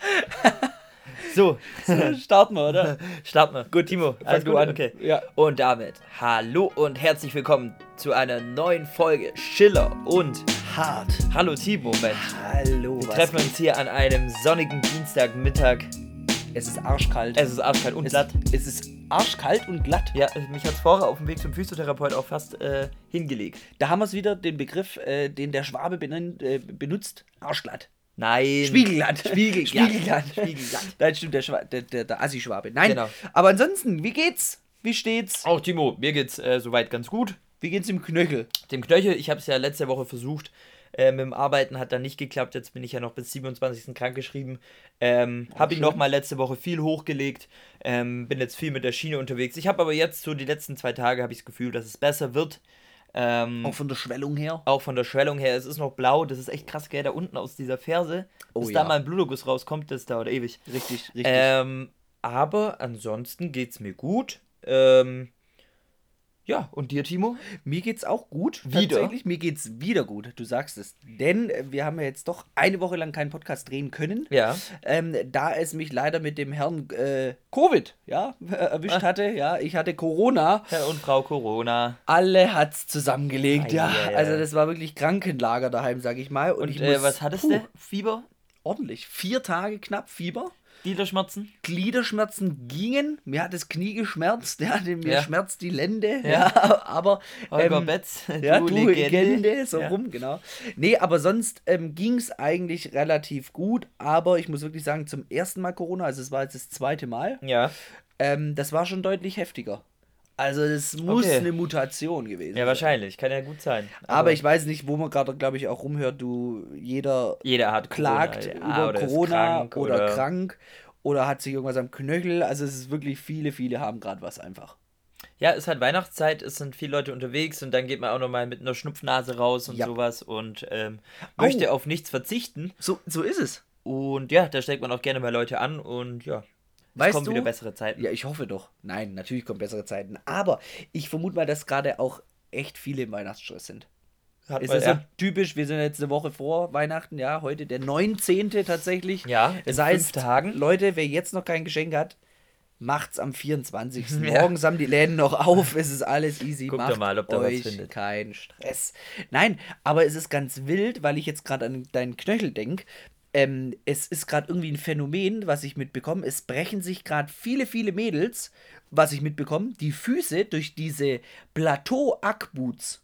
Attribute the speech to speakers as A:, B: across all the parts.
A: So,
B: Starten wir, oder?
A: starten wir. Gut, Timo, fang
B: Alles
A: du
B: gut,
A: an.
B: okay. Ja.
A: Und damit, hallo und herzlich willkommen zu einer neuen Folge Schiller und
B: Hart.
A: Hallo Timo, Mensch.
B: Hallo,
A: Wir treffen uns hier an einem sonnigen Dienstagmittag.
B: Es ist arschkalt.
A: Es ist arschkalt und glatt.
B: Es ist arschkalt und glatt.
A: Ja, mich hat's vorher auf dem Weg zum Physiotherapeut auch fast äh, hingelegt.
B: Da haben wir es wieder, den Begriff, äh, den der Schwabe benennt, äh, benutzt, arschglatt.
A: Nein.
B: Spiegelglatt.
A: Spiegelglatt.
B: Spiegelglatt.
A: Spiegelglatt.
B: Nein, stimmt, der, Schwa der, der, der Assi-Schwabe. Nein,
A: Genau.
B: aber ansonsten, wie geht's? Wie steht's?
A: Auch Timo, mir geht's äh, soweit ganz gut.
B: Wie geht's im Knöchel?
A: Dem Knöchel, ich habe es ja letzte Woche versucht. Äh, mit dem Arbeiten hat dann nicht geklappt. Jetzt bin ich ja noch bis 27. krankgeschrieben. Ähm, habe ihn
B: Oh, schön.
A: nochmal letzte Woche viel hochgelegt. Ähm, bin jetzt viel mit der Schiene unterwegs. Ich habe aber jetzt so die letzten zwei Tage habe ich das Gefühl, dass es besser wird. Ähm,
B: Auch von der Schwellung her.
A: Auch von der Schwellung her. Es ist noch blau. Das ist echt krass, gell? Da unten aus dieser Ferse.
B: Oh
A: bis
B: ja.
A: da mal ein Bluterguss rauskommt, das dauert ewig.
B: Richtig, richtig.
A: Ähm, aber ansonsten geht's mir gut. Ähm, ja, und dir, Timo?
B: Mir geht's auch gut.
A: Wieder?
B: Tatsächlich, mir geht's wieder gut. Du sagst es. Denn äh, wir haben ja jetzt doch eine Woche lang keinen Podcast drehen können.
A: Ja.
B: Ähm, da es mich leider mit dem Herrn äh, Covid ja, erwischt
A: Ah.
B: hatte. Ja, ich hatte Corona.
A: Herr und Frau Corona.
B: Alle hat's zusammengelegt,
A: Ei,
B: ja.
A: ei, ei.
B: Also das war wirklich Krankenlager daheim, sag ich mal. Und,
A: Und
B: ich
A: äh,
B: muss-
A: was hattest
B: puh,
A: du? Fieber?
B: Ordentlich. Vier Tage knapp Fieber.
A: Gliederschmerzen?
B: Gliederschmerzen gingen. Mir hat das Knie geschmerzt. Ja, mir
A: Ja.
B: schmerzt die Lende. Ja,
A: Ja. Oh
B: aber
A: Holger
B: ähm,
A: Betz,
B: Ja, du Legende, so
A: Ja.
B: rum, genau. Nee, aber sonst ähm, ging es eigentlich relativ gut, aber ich muss wirklich sagen, zum ersten Mal Corona, also es war jetzt das zweite Mal,
A: Ja.
B: ähm, das war schon deutlich heftiger. Also es muss
A: Okay.
B: eine Mutation gewesen
A: ja,
B: sein.
A: wahrscheinlich. Kann ja gut sein.
B: Aber ich weiß nicht, wo man gerade, glaube ich, auch rumhört, du, jeder
A: Jeder hat
B: klagt
A: Corona,
B: über
A: oder ist
B: Corona
A: krank
B: oder, krank oder hat sich irgendwas am Knöchel, also es ist wirklich viele, viele haben gerade was einfach.
A: Ja, es ist halt Weihnachtszeit, es sind viele Leute unterwegs und dann geht man auch nochmal mit einer Schnupfnase raus und
B: Ja.
A: sowas und ähm,
B: Au.
A: möchte auf nichts verzichten.
B: So, so ist es.
A: Und ja, da steckt man auch gerne mal Leute an und ja, es
B: Weißt
A: kommen
B: du-
A: wieder bessere Zeiten.
B: Ja, ich hoffe doch. Nein, natürlich kommen bessere Zeiten. Aber ich vermute mal, dass gerade auch echt viele im Weihnachtsstress sind.
A: Hat
B: Es
A: man-
B: ist
A: ja.
B: so typisch, wir sind jetzt eine Woche vor Weihnachten, ja, heute der 19. tatsächlich.
A: Ja, in
B: das
A: fünf
B: heißt,
A: Tagen.
B: Leute, wer jetzt noch kein Geschenk hat, macht's am 24.
A: Ja.
B: Morgens haben die Läden noch auf, es ist alles easy.
A: Guckt
B: Macht
A: doch mal, ob da was
B: euch
A: findet.
B: keinen Stress. Nein, aber es ist ganz wild, weil ich jetzt gerade an deinen Knöchel denke. Ähm, es ist gerade irgendwie ein Phänomen, was ich mitbekomme. Es brechen sich gerade viele, viele Mädels, was ich mitbekomme, die Füße durch diese Plateau-Ackboots.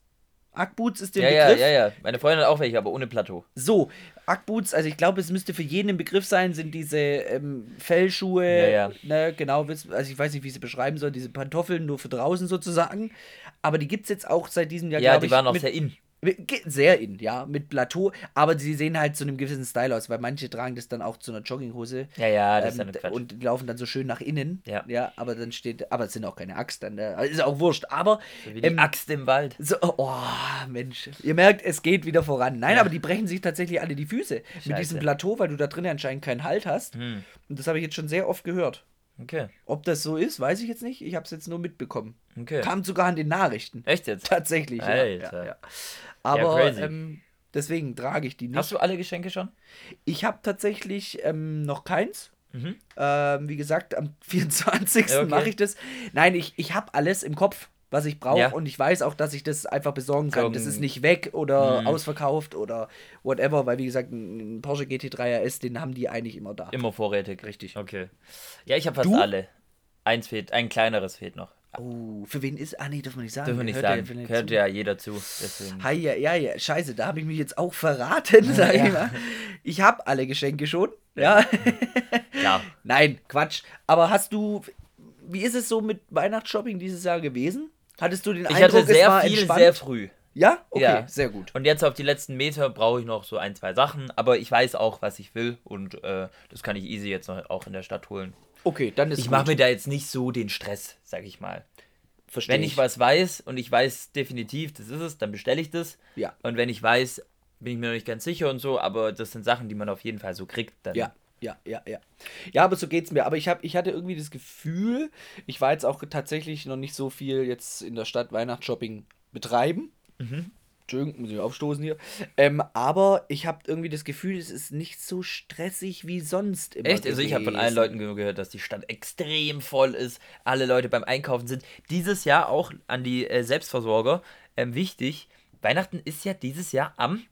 B: Ackboots ist der
A: ja, ja,
B: Begriff.
A: ja, ja. Meine Freundin hat auch welche, aber ohne Plateau.
B: So, Ackboots, also ich glaube, es müsste für jeden ein Begriff sein, sind diese ähm, Fellschuhe,
A: Ja, ja.
B: Ne, genau, wisst- also ich weiß nicht, wie ich sie beschreiben soll, diese Pantoffeln nur für draußen sozusagen. Aber die gibt es jetzt auch seit diesem Jahr,
A: Ja,
B: glaube
A: die
B: ich.
A: waren auch
B: mit,
A: sehr in.
B: mit, ge- sehr in, ja, mit Plateau, aber sie sehen halt zu einem gewissen Style aus, weil manche tragen das dann auch zu einer Jogginghose.
A: Ja, ja, das ist dann
B: ähm,
A: Quatsch.
B: und die laufen dann so schön nach innen.
A: Ja.
B: ja aber dann steht, aber es sind auch keine Axt dann, ne? ist auch wurscht. Aber
A: Wie die
B: ähm,
A: Axt im Wald.
B: so, oh, Mensch. Ihr merkt, es geht wieder voran. Nein, aber die brechen sich tatsächlich alle die Füße mit
A: Scheiße. Hm.
B: diesem Plateau, weil du da drin anscheinend keinen Halt hast. Und das habe ich jetzt schon sehr oft gehört.
A: Okay,
B: Ob das so ist, weiß ich jetzt nicht. Ich habe es jetzt nur mitbekommen.
A: okay.
B: Kam sogar in den Nachrichten.
A: Echt jetzt?
B: Tatsächlich. Ja, ja,
A: Alter.
B: ja. Aber
A: crazy.
B: ähm, deswegen trage ich die nicht.
A: Hast du alle Geschenke schon?
B: Ich habe tatsächlich ähm, noch keins.
A: Mhm.
B: Ähm, wie gesagt, am 24.
A: Ja, okay.
B: mache ich das. Nein, ich, ich habe alles im Kopf, was ich brauche.
A: Ja. mhm.
B: Und ich weiß auch, dass ich das einfach besorgen kann. Das
A: Irgend-
B: ist nicht weg oder
A: Mhm.
B: ausverkauft oder whatever. Weil, wie gesagt, ein ein Porsche GT3 RS, den haben die eigentlich immer da.
A: Immer vorrätig.
B: Richtig.
A: Okay. Ja, ich habe fast
B: Du?
A: alle. Eins fehlt, ein kleineres fehlt noch.
B: Oh, für wen ist... Ah, nee, dürfen wir nicht sagen.
A: Dürfen wir nicht
B: Hört
A: sagen.
B: vielleicht
A: Hört
B: zu.
A: ja jeder zu. Deswegen.
B: Hi, ja, ja, ja, scheiße, da habe ich mich jetzt auch verraten, sag ich mal. Ich habe alle Geschenke schon, ja.
A: Klar.
B: Nein, Quatsch. Aber hast du, wie ist es so mit Weihnachtsshopping dieses Jahr gewesen? Hattest du den
A: Ich
B: Eindruck,
A: hatte
B: es
A: sehr
B: war
A: viel,
B: entspannt?
A: sehr früh.
B: ja, okay,
A: Ja.
B: sehr gut.
A: Und jetzt auf die letzten Meter brauche ich noch so ein, zwei Sachen. Aber ich weiß auch, was ich will. Und äh, das kann ich easy jetzt noch auch in der Stadt holen.
B: Okay, dann ist
A: Ich
B: gut.
A: mache mir da jetzt nicht so den Stress, sag ich mal.
B: Verstehe
A: Wenn ich was weiß und ich weiß definitiv, das ist es, dann bestelle ich das.
B: Ja.
A: Und wenn ich weiß, bin ich mir noch nicht ganz sicher und so, aber das sind Sachen, die man auf jeden Fall so kriegt. Dann.
B: Ja, ja, ja, ja. Ja, aber so geht's mir. Aber ich habe, ich hatte irgendwie das Gefühl,
A: Mhm.
B: ich war jetzt auch tatsächlich noch nicht so viel jetzt in der Stadt Weihnachtsshopping betreiben. Entschuldigung, muss ich aufstoßen hier. Ähm, aber ich habe irgendwie das Gefühl, es ist nicht so stressig wie sonst. Immer
A: Echt? Also ich habe von allen
B: gewesen.
A: Leuten ge- gehört, dass die Stadt extrem voll ist. Alle Leute beim Einkaufen sind. Dieses Jahr auch an die äh, Selbstversorger ähm, wichtig. Weihnachten ist ja dieses Jahr am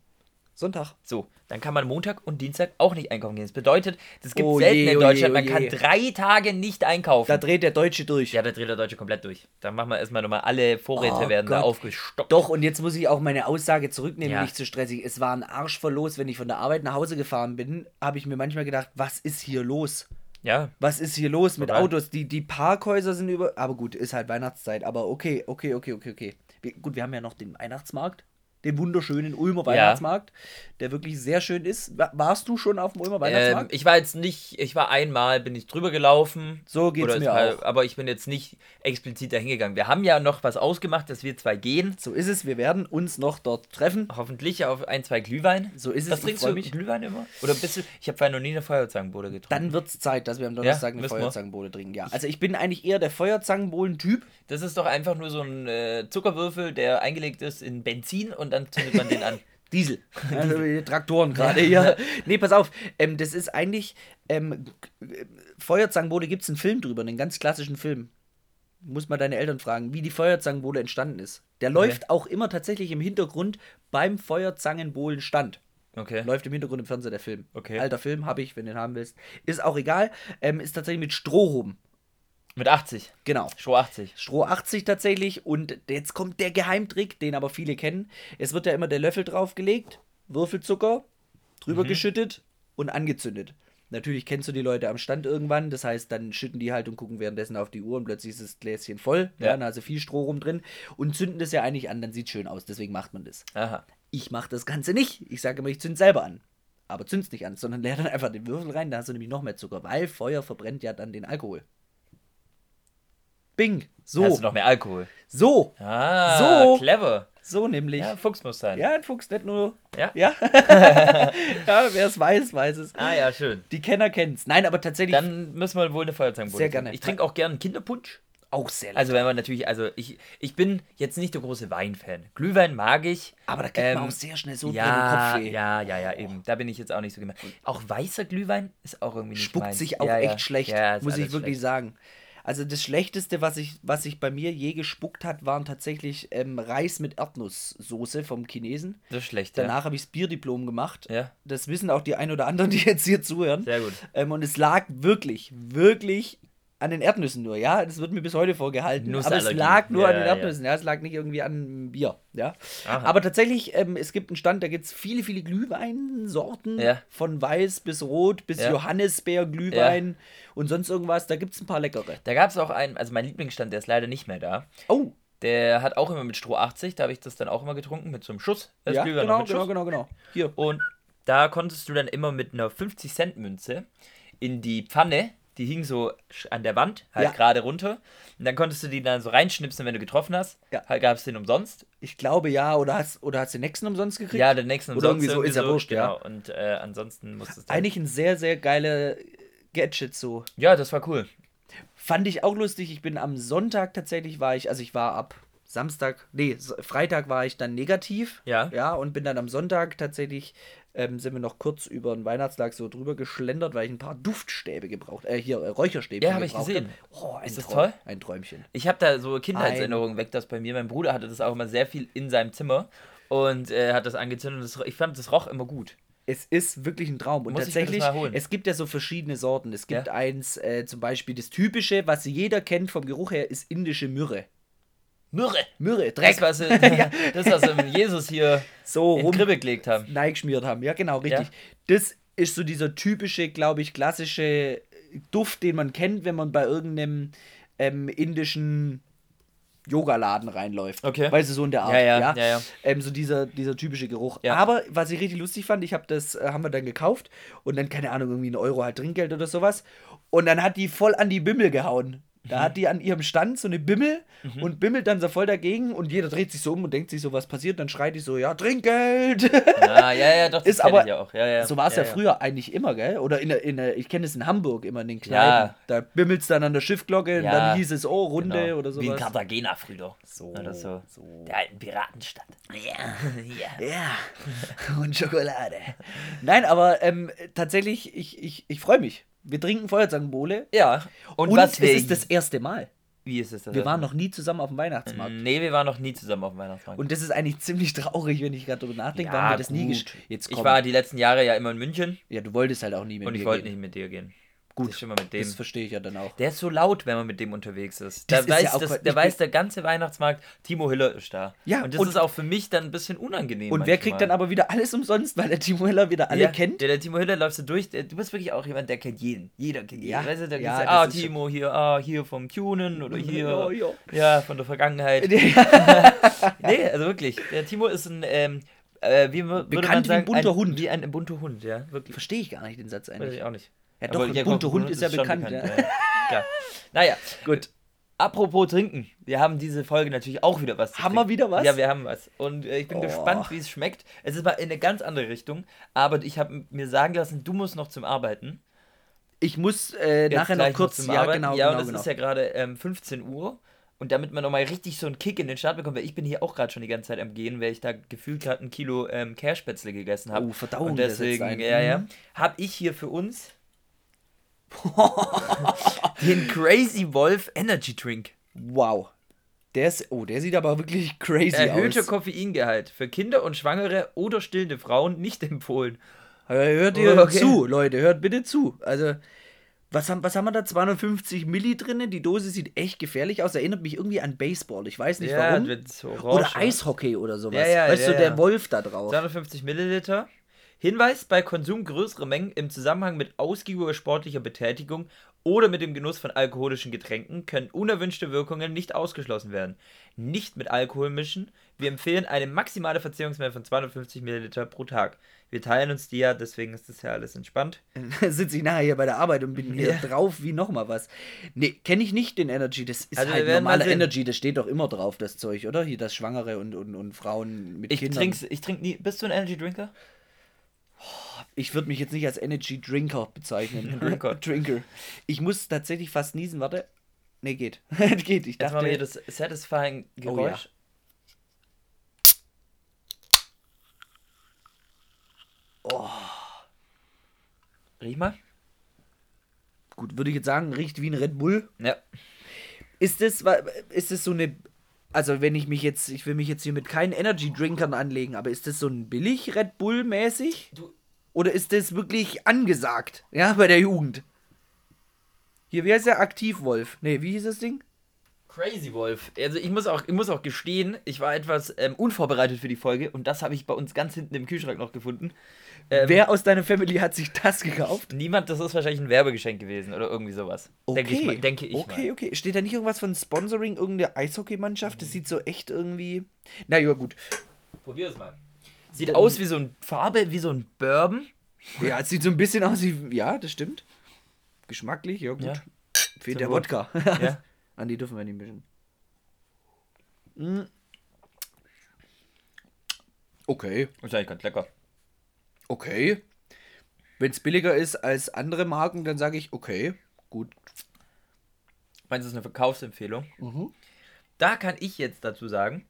B: Sonntag.
A: so. Dann kann man Montag und Dienstag auch nicht einkaufen gehen. Das bedeutet, das gibt
B: Oh je,
A: selten in
B: oh je,
A: Deutschland.
B: oh
A: Man kann
B: je.
A: drei Tage nicht einkaufen.
B: Da dreht der Deutsche durch.
A: ja, da dreht der Deutsche komplett durch. Dann machen wir erstmal nochmal alle Vorräte
B: Oh
A: werden da
B: Gott.
A: aufgestockt.
B: Doch, und jetzt muss ich auch meine Aussage zurücknehmen,
A: Ja.
B: nicht zu stressig. Es war ein Arsch voll los. Wenn ich von der Arbeit nach Hause gefahren bin, habe ich mir manchmal gedacht, was ist hier los?
A: Ja.
B: Was ist hier los mit
A: Vorbei.
B: Autos? Die, die Parkhäuser sind über. Aber gut, ist halt Weihnachtszeit. Aber okay, okay, okay, okay, okay. Wir, gut, wir haben ja noch den Weihnachtsmarkt. Den wunderschönen Ulmer Weihnachtsmarkt, der wirklich sehr schön ist. Wa- Warst du schon auf dem Ulmer
A: Ähm,
B: Weihnachtsmarkt?
A: ich war jetzt nicht, ich war einmal, bin ich drüber gelaufen.
B: So geht's
A: Ähm, Oder
B: mir
A: es war-
B: auch.
A: Aber ich bin jetzt nicht explizit dahin gegangen. Wir haben ja noch was ausgemacht, dass wir zwei gehen.
B: so ist es. Wir werden uns noch dort treffen.
A: Hoffentlich auf ein, zwei Glühwein.
B: So ist es.
A: Was
B: Ich
A: trinkst
B: freu
A: du?
B: mich.
A: Glühwein immer? Oder bist du. Ich habe vorher noch nie eine Feuerzangenbowle getrunken.
B: Dann wird es Zeit, dass wir am Donnerstag eine
A: müssen wir.
B: Feuerzangenbowle trinken. Ja, also ich bin eigentlich eher der Feuerzangenbohlen-Typ.
A: das ist doch einfach nur so ein äh, Zuckerwürfel, der eingelegt ist in Benzin und dann zündet man den an.
B: Diesel. Also die Traktoren gerade hier. Nee, pass auf. Ähm, das ist eigentlich. Ähm, g- äh, Feuerzangenbowle gibt es einen Film drüber, einen ganz klassischen Film. Muss mal deine Eltern fragen, wie die Feuerzangenbowle entstanden ist. Der läuft auch immer tatsächlich im Hintergrund beim Feuerzangenbowlenstand.
A: Okay.
B: Läuft im Hintergrund im Fernseher der Film.
A: Okay.
B: Alter Film, habe ich, wenn du den haben willst. Ist auch egal. Ähm, ist tatsächlich mit Strohrum.
A: Mit 80.
B: Genau.
A: Stroh 80.
B: Stroh 80 tatsächlich. Und jetzt kommt der Geheimtrick, den aber viele kennen. Es wird ja immer der Löffel draufgelegt, Würfelzucker, drüber geschüttet und angezündet. Natürlich kennst du die Leute am Stand irgendwann, das heißt, dann schütten die halt und gucken währenddessen auf die Uhr und plötzlich ist das Gläschen voll,
A: Ja.
B: ja. dann also viel Stroh rum drin und zünden das ja eigentlich an, dann sieht schön aus, deswegen macht man das.
A: Aha.
B: Ich mache das Ganze nicht, ich sage immer, ich zünd selber an. Aber zünd's nicht an, sondern leer dann einfach den Würfel rein, da hast du nämlich noch mehr Zucker, weil Feuer verbrennt ja dann den Alkohol. Bing, so.
A: Hast du noch mehr Alkohol?
B: So,
A: Ah,
B: So.
A: clever.
B: so nämlich.
A: Ja,
B: Ja,
A: Fuchs muss sein.
B: ein Fuchs, nicht nur.
A: Ja.
B: Ja, ja wer es weiß, weiß es.
A: Ah, ja, schön.
B: Die Kenner kennen's. Nein, aber tatsächlich
A: Dann müssen wir wohl eine Feuerzangenbowle
B: Sehr
A: trinken.
B: gerne.
A: Ich trinke auch gerne einen Kinderpunsch.
B: auch sehr lecker.
A: Also wenn man natürlich, also ich, ich bin jetzt nicht der große Weinfan. Glühwein mag ich.
B: Aber da kriegt man auch sehr schnell so
A: ähm, ja,
B: einen Kopfweh.
A: ja, ja, ja, eben. Da bin ich jetzt auch nicht so gemacht. Auch weißer Glühwein ist auch irgendwie nicht
B: Spuckt
A: meins.
B: sich auch
A: Ja, ja.
B: echt schlecht,
A: Ja, ist
B: muss ich
A: alles
B: wirklich
A: schlecht.
B: sagen. Also das Schlechteste, was ich, was ich bei mir je gespuckt hat, waren tatsächlich ähm, Reis mit Erdnusssoße vom Chinesen.
A: Das ist schlecht, ja.
B: Danach habe ich das Bierdiplom gemacht.
A: Ja.
B: Das wissen auch die ein oder anderen, die jetzt hier zuhören.
A: Sehr gut.
B: Ähm, und es lag wirklich, wirklich an den Erdnüssen nur, ja. Das wird mir bis heute vorgehalten. Aber es
A: Nussallergie.
B: lag nur
A: Ja,
B: an den
A: ja, ja.
B: Erdnüssen, ja. Es lag nicht irgendwie an Bier, ja.
A: Aha.
B: Aber tatsächlich, ähm, es gibt einen Stand, da gibt es viele, viele Glühweinsorten.
A: Ja.
B: Von weiß bis rot bis
A: Ja.
B: Johannisbeer-Glühwein und sonst irgendwas. Da gibt es ein paar leckere.
A: Da gab es auch einen, also mein Lieblingsstand, der ist leider nicht mehr da.
B: Oh,
A: Der hat auch immer mit Stroh 80, da habe ich das dann auch immer getrunken, mit so einem Schuss. Das
B: ja,
A: Glühwein noch
B: genau,
A: mit Schuss.
B: genau, genau, genau. Hier.
A: Und da konntest du dann immer mit einer 50-Cent-Münze in die Pfanne, die hing so sch- an der Wand, halt
B: Ja.
A: gerade runter. Und dann konntest du die dann so reinschnipsen, wenn du getroffen hast.
B: Ja.
A: Halt gab es den umsonst.
B: Ich glaube ja, oder hast, oder hast du den nächsten umsonst gekriegt?
A: Ja, den nächsten
B: Oder
A: umsonst.
B: irgendwie so, ist ja wurscht, ja.
A: genau. Und äh, ansonsten musstest du. halt
B: Eigentlich ein sehr, sehr geiler Gadget so.
A: Ja, das war cool.
B: Fand ich auch lustig. Ich bin am Sonntag tatsächlich, war ich, also ich war ab Samstag, nee, S- Freitag war ich dann negativ.
A: Ja.
B: Ja, und bin dann am Sonntag tatsächlich, ähm, sind wir noch kurz über den Weihnachtstag so drüber geschlendert, weil ich ein paar Duftstäbe gebraucht, äh, hier, äh, Räucherstäbe
A: Ja, hab ich gesehen.
B: Oh, ein
A: Ist das
B: Träum-
A: toll?
B: Ein Träumchen.
A: Ich habe da so Kindheitserinnerungen weg, das bei mir. Mein Bruder hatte das auch immer sehr viel in seinem Zimmer und äh, hat das angezündet. Und das, ro- ich fand, das roch immer gut.
B: Es ist wirklich ein Traum. Und
A: Muss ich mir das
B: tatsächlich,
A: mal holen?
B: es gibt ja so verschiedene Sorten. Es gibt
A: Ja.
B: eins, äh, zum Beispiel das typische, was jeder kennt vom Geruch her, ist indische Myrrhe.
A: Mürre!
B: Myrrhe, Dreck,
A: Das, was, ja. das, was ähm, Jesus hier
B: so
A: in die
B: rum.
A: Krippe gelegt haben.
B: neigeschmiert haben. Ja, genau, richtig.
A: Ja.
B: Das ist so dieser typische, glaube ich, klassische Duft, den man kennt, wenn man bei irgendeinem ähm, indischen Yogaladen reinläuft.
A: Okay.
B: Weißt du, so in der Art.
A: Ja, ja, ja, ja.
B: Ähm, so dieser, dieser typische Geruch.
A: Ja.
B: Aber was ich richtig lustig fand, ich habe das, äh, haben wir dann gekauft und dann, keine Ahnung, irgendwie einen Euro halt Trinkgeld oder sowas. Und dann hat die voll an die Bimmel gehauen. Da
A: Mhm.
B: hat die an ihrem Stand so eine Bimmel und bimmelt dann so voll dagegen und jeder dreht sich so um und denkt sich so, was passiert? Dann schreit die so, ja, Trinkgeld!
A: Ah, ja, ja, doch, das
B: Ist
A: kenn
B: aber-
A: ich ja auch. Ja, ja.
B: So war es ja,
A: ja
B: früher eigentlich immer, gell? Oder in der, in der ich kenne es in Hamburg immer in den Kneipen.
A: Ja.
B: Da bimmelt's dann an der Schiffglocke und
A: Ja,
B: dann hieß es, oh, Runde
A: Genau.
B: oder
A: Wie in
B: sowas.
A: Cartagena früher.
B: So,
A: Oder so.
B: so. Äh,
A: Der alten Piratenstadt. Ja. ja.
B: Ja, und Schokolade. Nein, aber ähm, tatsächlich, ich, ich, ich freue mich. Wir trinken Feuerzangenbowle.
A: Ja. Und,
B: Und
A: was
B: es
A: wegen?
B: ist das erste Mal.
A: Wie ist es das?
B: Wir waren noch nie zusammen auf dem Weihnachtsmarkt.
A: Nee, wir waren noch nie zusammen auf dem Weihnachtsmarkt.
B: Und das ist eigentlich ziemlich traurig, wenn ich gerade drüber nachdenke, weil wir das nie
A: gut.
B: gesch- Jetzt
A: Ich
B: komm.
A: war die letzten Jahre ja immer in München
B: ja, du wolltest halt auch nie mit
A: und ich
B: mir
A: wollte
B: gehen.
A: nicht mit dir gehen.
B: Gut.
A: Das ist immer mit dem.
B: Das verstehe ich ja dann auch.
A: Der ist so laut, wenn man mit dem unterwegs ist.
B: Das
A: Der
B: ist ja
A: weiß,
B: auch
A: das,
B: quasi-
A: der,
B: ich
A: weiß der ganze Weihnachtsmarkt, Timo Hiller ist da.
B: Ja,
A: und das
B: und-
A: ist auch für mich dann ein bisschen unangenehm.
B: Und wer kriegt dann aber wieder alles umsonst, weil der Timo Heller wieder alle
A: ja,
B: kennt?
A: Der, der Timo Hiller läufst du durch. Der, du bist wirklich auch jemand, der kennt jeden. Jeder kennt jeden.
B: Ja,
A: weißt du, da
B: ja,
A: gibt's
B: das
A: ah,
B: ist schon-
A: Timo hier, ah, hier vom Tunen oder hier.
B: Ja, ja.
A: ja, von der Vergangenheit. Nee, also wirklich. Der Timo ist ein, ähm, äh, wie wür- würde man
B: Bekannt wie
A: sagen,
B: ein bunter
A: ein,
B: Hund.
A: Wie ein bunter Hund, ja, wirklich.
B: Verstehe ich gar nicht den Satz
A: Weiß
B: eigentlich.
A: ich auch nicht.
B: Ja,
A: Aber
B: doch, ein bunter
A: komm,
B: Hund ist ja
A: schon
B: bekannt. ja.
A: ja. Klar. Naja,
B: Gut.
A: apropos Trinken. Wir haben diese Folge natürlich auch wieder was. zu
B: Haben wir
A: trinken.
B: wieder was?
A: Ja, wir haben was. Und äh, ich bin
B: Oh.
A: gespannt, wie es schmeckt. Es ist mal in eine ganz andere Richtung. Aber ich habe mir sagen lassen, du musst noch zum Arbeiten.
B: Ich muss äh,
A: Jetzt
B: nachher noch
A: gleich
B: kurz.
A: zum
B: ja,
A: Arbeiten.
B: genau,
A: Ja, und
B: genau,
A: es
B: genau.
A: ist ja gerade ähm, 15 Uhr. Und damit man nochmal richtig so einen Kick in den Start bekommt, weil ich bin hier auch gerade schon die ganze Zeit am Gehen, weil ich da gefühlt gerade ein Kilo ähm, Kässpätzle gegessen habe.
B: Oh, Verdauung,
A: Und
B: der setzt
A: deswegen,
B: ein. Mhm.
A: ja, ja, habe ich hier für uns den Crazy Wolf Energy Drink.
B: Wow. Der ist, oh, der sieht aber wirklich crazy
A: Erhöhter
B: aus.
A: Koffeingehalt. Für Kinder und Schwangere oder stillende Frauen nicht empfohlen.
B: Hört ihr
A: Okay.
B: zu, Leute, hört bitte zu. Also, was haben, was haben wir da? 250 Milli drin? Die Dose sieht echt gefährlich aus. Erinnert mich irgendwie an Baseball. Ich weiß nicht warum.
A: wenn's orange
B: Oder Eishockey oder sowas.
A: Ja, ja,
B: weißt
A: ja,
B: du, der
A: ja.
B: Wolf da drauf.
A: 250 Milliliter. Hinweis: Bei Konsum größerer Mengen im Zusammenhang mit ausgiebiger sportlicher Betätigung oder mit dem Genuss von alkoholischen Getränken können unerwünschte Wirkungen nicht ausgeschlossen werden. Nicht mit Alkohol mischen. Wir empfehlen eine maximale Verzehrungsmenge von 250 Milliliter pro Tag. Wir teilen uns die ja, deswegen ist das ja alles entspannt.
B: Sitze ich nachher hier bei der Arbeit und bin hier
A: Ja.
B: drauf wie nochmal was. Nee, kenne ich nicht den Energy. Das ist
A: Also, wir
B: halt
A: werden mal
B: normale
A: sehen.
B: Energy. Das steht doch immer drauf, das Zeug, oder? Hier das Schwangere und, und, und Frauen mit
A: Ich
B: Kindern.
A: trinke ich trink nie. Bist du ein Energy Drinker?
B: Ich würde mich jetzt nicht als Energy Drinker bezeichnen.
A: Drinker.
B: Drinker. Ich muss tatsächlich fast niesen, warte. Nee, geht. geht. Ich
A: Jetzt
B: dachte,
A: machen wir hier das satisfying
B: Oh,
A: Geräusch. oh. Riech mal.
B: gut, würde ich jetzt sagen, riecht wie ein Red Bull.
A: Ja.
B: Ist das wa- ist das so eine also, wenn ich mich jetzt ich will mich jetzt hier mit keinen Energy Drinkern anlegen, aber ist das so ein billig Red Bull mäßig?
A: Du-
B: Oder ist das wirklich angesagt? Ja, bei der Jugend. Hier wäre es ja Aktivwolf. Nee, wie hieß das Ding?
A: Crazy Wolf. Also ich muss auch, ich muss auch gestehen, ich war etwas ähm, unvorbereitet für die Folge und das habe ich bei uns ganz hinten im Kühlschrank noch gefunden. Ähm,
B: Wer aus deiner Family hat sich das gekauft?
A: Niemand, das ist wahrscheinlich ein Werbegeschenk gewesen oder irgendwie sowas. Denke ich mal. Denke ich
B: okay,
A: mal.
B: okay. Steht da nicht irgendwas von Sponsoring irgendeiner Eishockeymannschaft? Das sieht so echt irgendwie. Na ja, gut.
A: Probier es mal. Sieht aus wie so ein Farbe, wie so ein Bourbon.
B: Ja, es sieht so ein bisschen aus wie. Ja, das stimmt. Geschmacklich, ja, gut.
A: Ja.
B: Fehlt
A: Zum
B: der
A: Wohl.
B: Wodka.
A: Ja.
B: An die dürfen wir nicht mischen. Mm. Okay,
A: Ist eigentlich ganz lecker.
B: okay. Wenn es billiger ist als andere Marken, dann sage ich okay, gut.
A: Meinst du, es ist eine Verkaufsempfehlung?
B: Mhm.
A: Da kann ich jetzt dazu sagen.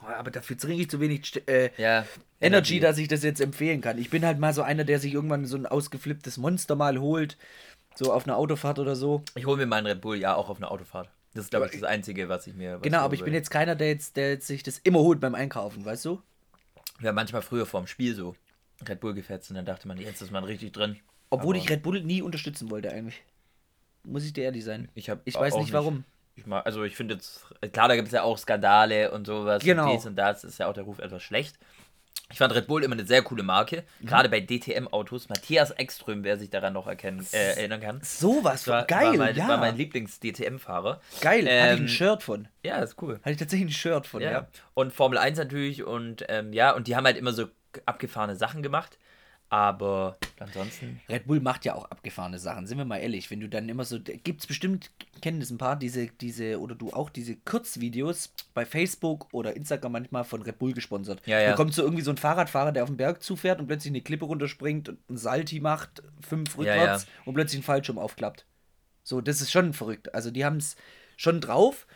B: Aber dafür trinke ich zu wenig St- äh,
A: Ja.
B: Energy, dass ich das jetzt empfehlen kann. Ich bin halt mal so einer, der sich irgendwann so ein ausgeflipptes Monster mal holt. So auf einer Autofahrt oder so.
A: Ich hole mir meinen Red Bull ja auch auf einer Autofahrt. Das ist, glaube ich, das Einzige, was ich mir. Was
B: Genau, aber ich bin jetzt keiner, der jetzt, der jetzt sich das immer holt beim Einkaufen, weißt du?
A: Wir haben manchmal früher vorm Spiel so Red Bull gefetzt und dann dachte man, jetzt ist man richtig drin.
B: Obwohl
A: Aber
B: ich Red Bull nie unterstützen wollte eigentlich. Muss ich dir ehrlich sein.
A: Ich, hab
B: ich
A: auch
B: weiß nicht warum.
A: Ich mag, also, ich finde jetzt. Klar, da gibt es ja auch Skandale und sowas.
B: Genau.
A: Und dies und das ist ja auch der Ruf etwas schlecht. Ich fand Red Bull immer eine sehr coole Marke.
B: Mhm.
A: Gerade bei DTM-Autos. Matthias Ekström, wer sich daran noch erkennen, äh, erinnern kann.
B: Sowas von
A: War,
B: geil,
A: war mein,
B: ja.
A: war mein Lieblings-DTM-Fahrer.
B: geil, hatte ich
A: Ähm,
B: ein Shirt von.
A: Ja, ist cool.
B: Hatte ich tatsächlich ein Shirt von,
A: Ja.
B: ja.
A: Und Formel 1 natürlich und ähm, ja, und die haben halt immer so abgefahrene Sachen gemacht. Aber ansonsten.
B: Red Bull macht ja auch abgefahrene Sachen, sind wir mal ehrlich. Wenn du dann immer so, gibt es bestimmt, kennen das ein paar, diese, diese, oder du auch diese Kurzvideos bei Facebook oder Instagram manchmal von Red Bull gesponsert.
A: Ja, ja.
B: Da kommt so irgendwie so ein Fahrradfahrer, der auf den Berg zufährt und plötzlich eine Klippe runterspringt und einen Salti macht, fünf
A: Ja,
B: rückwärts
A: ja.
B: und plötzlich einen Fallschirm aufklappt. So, das ist schon verrückt. Also die haben es schon drauf,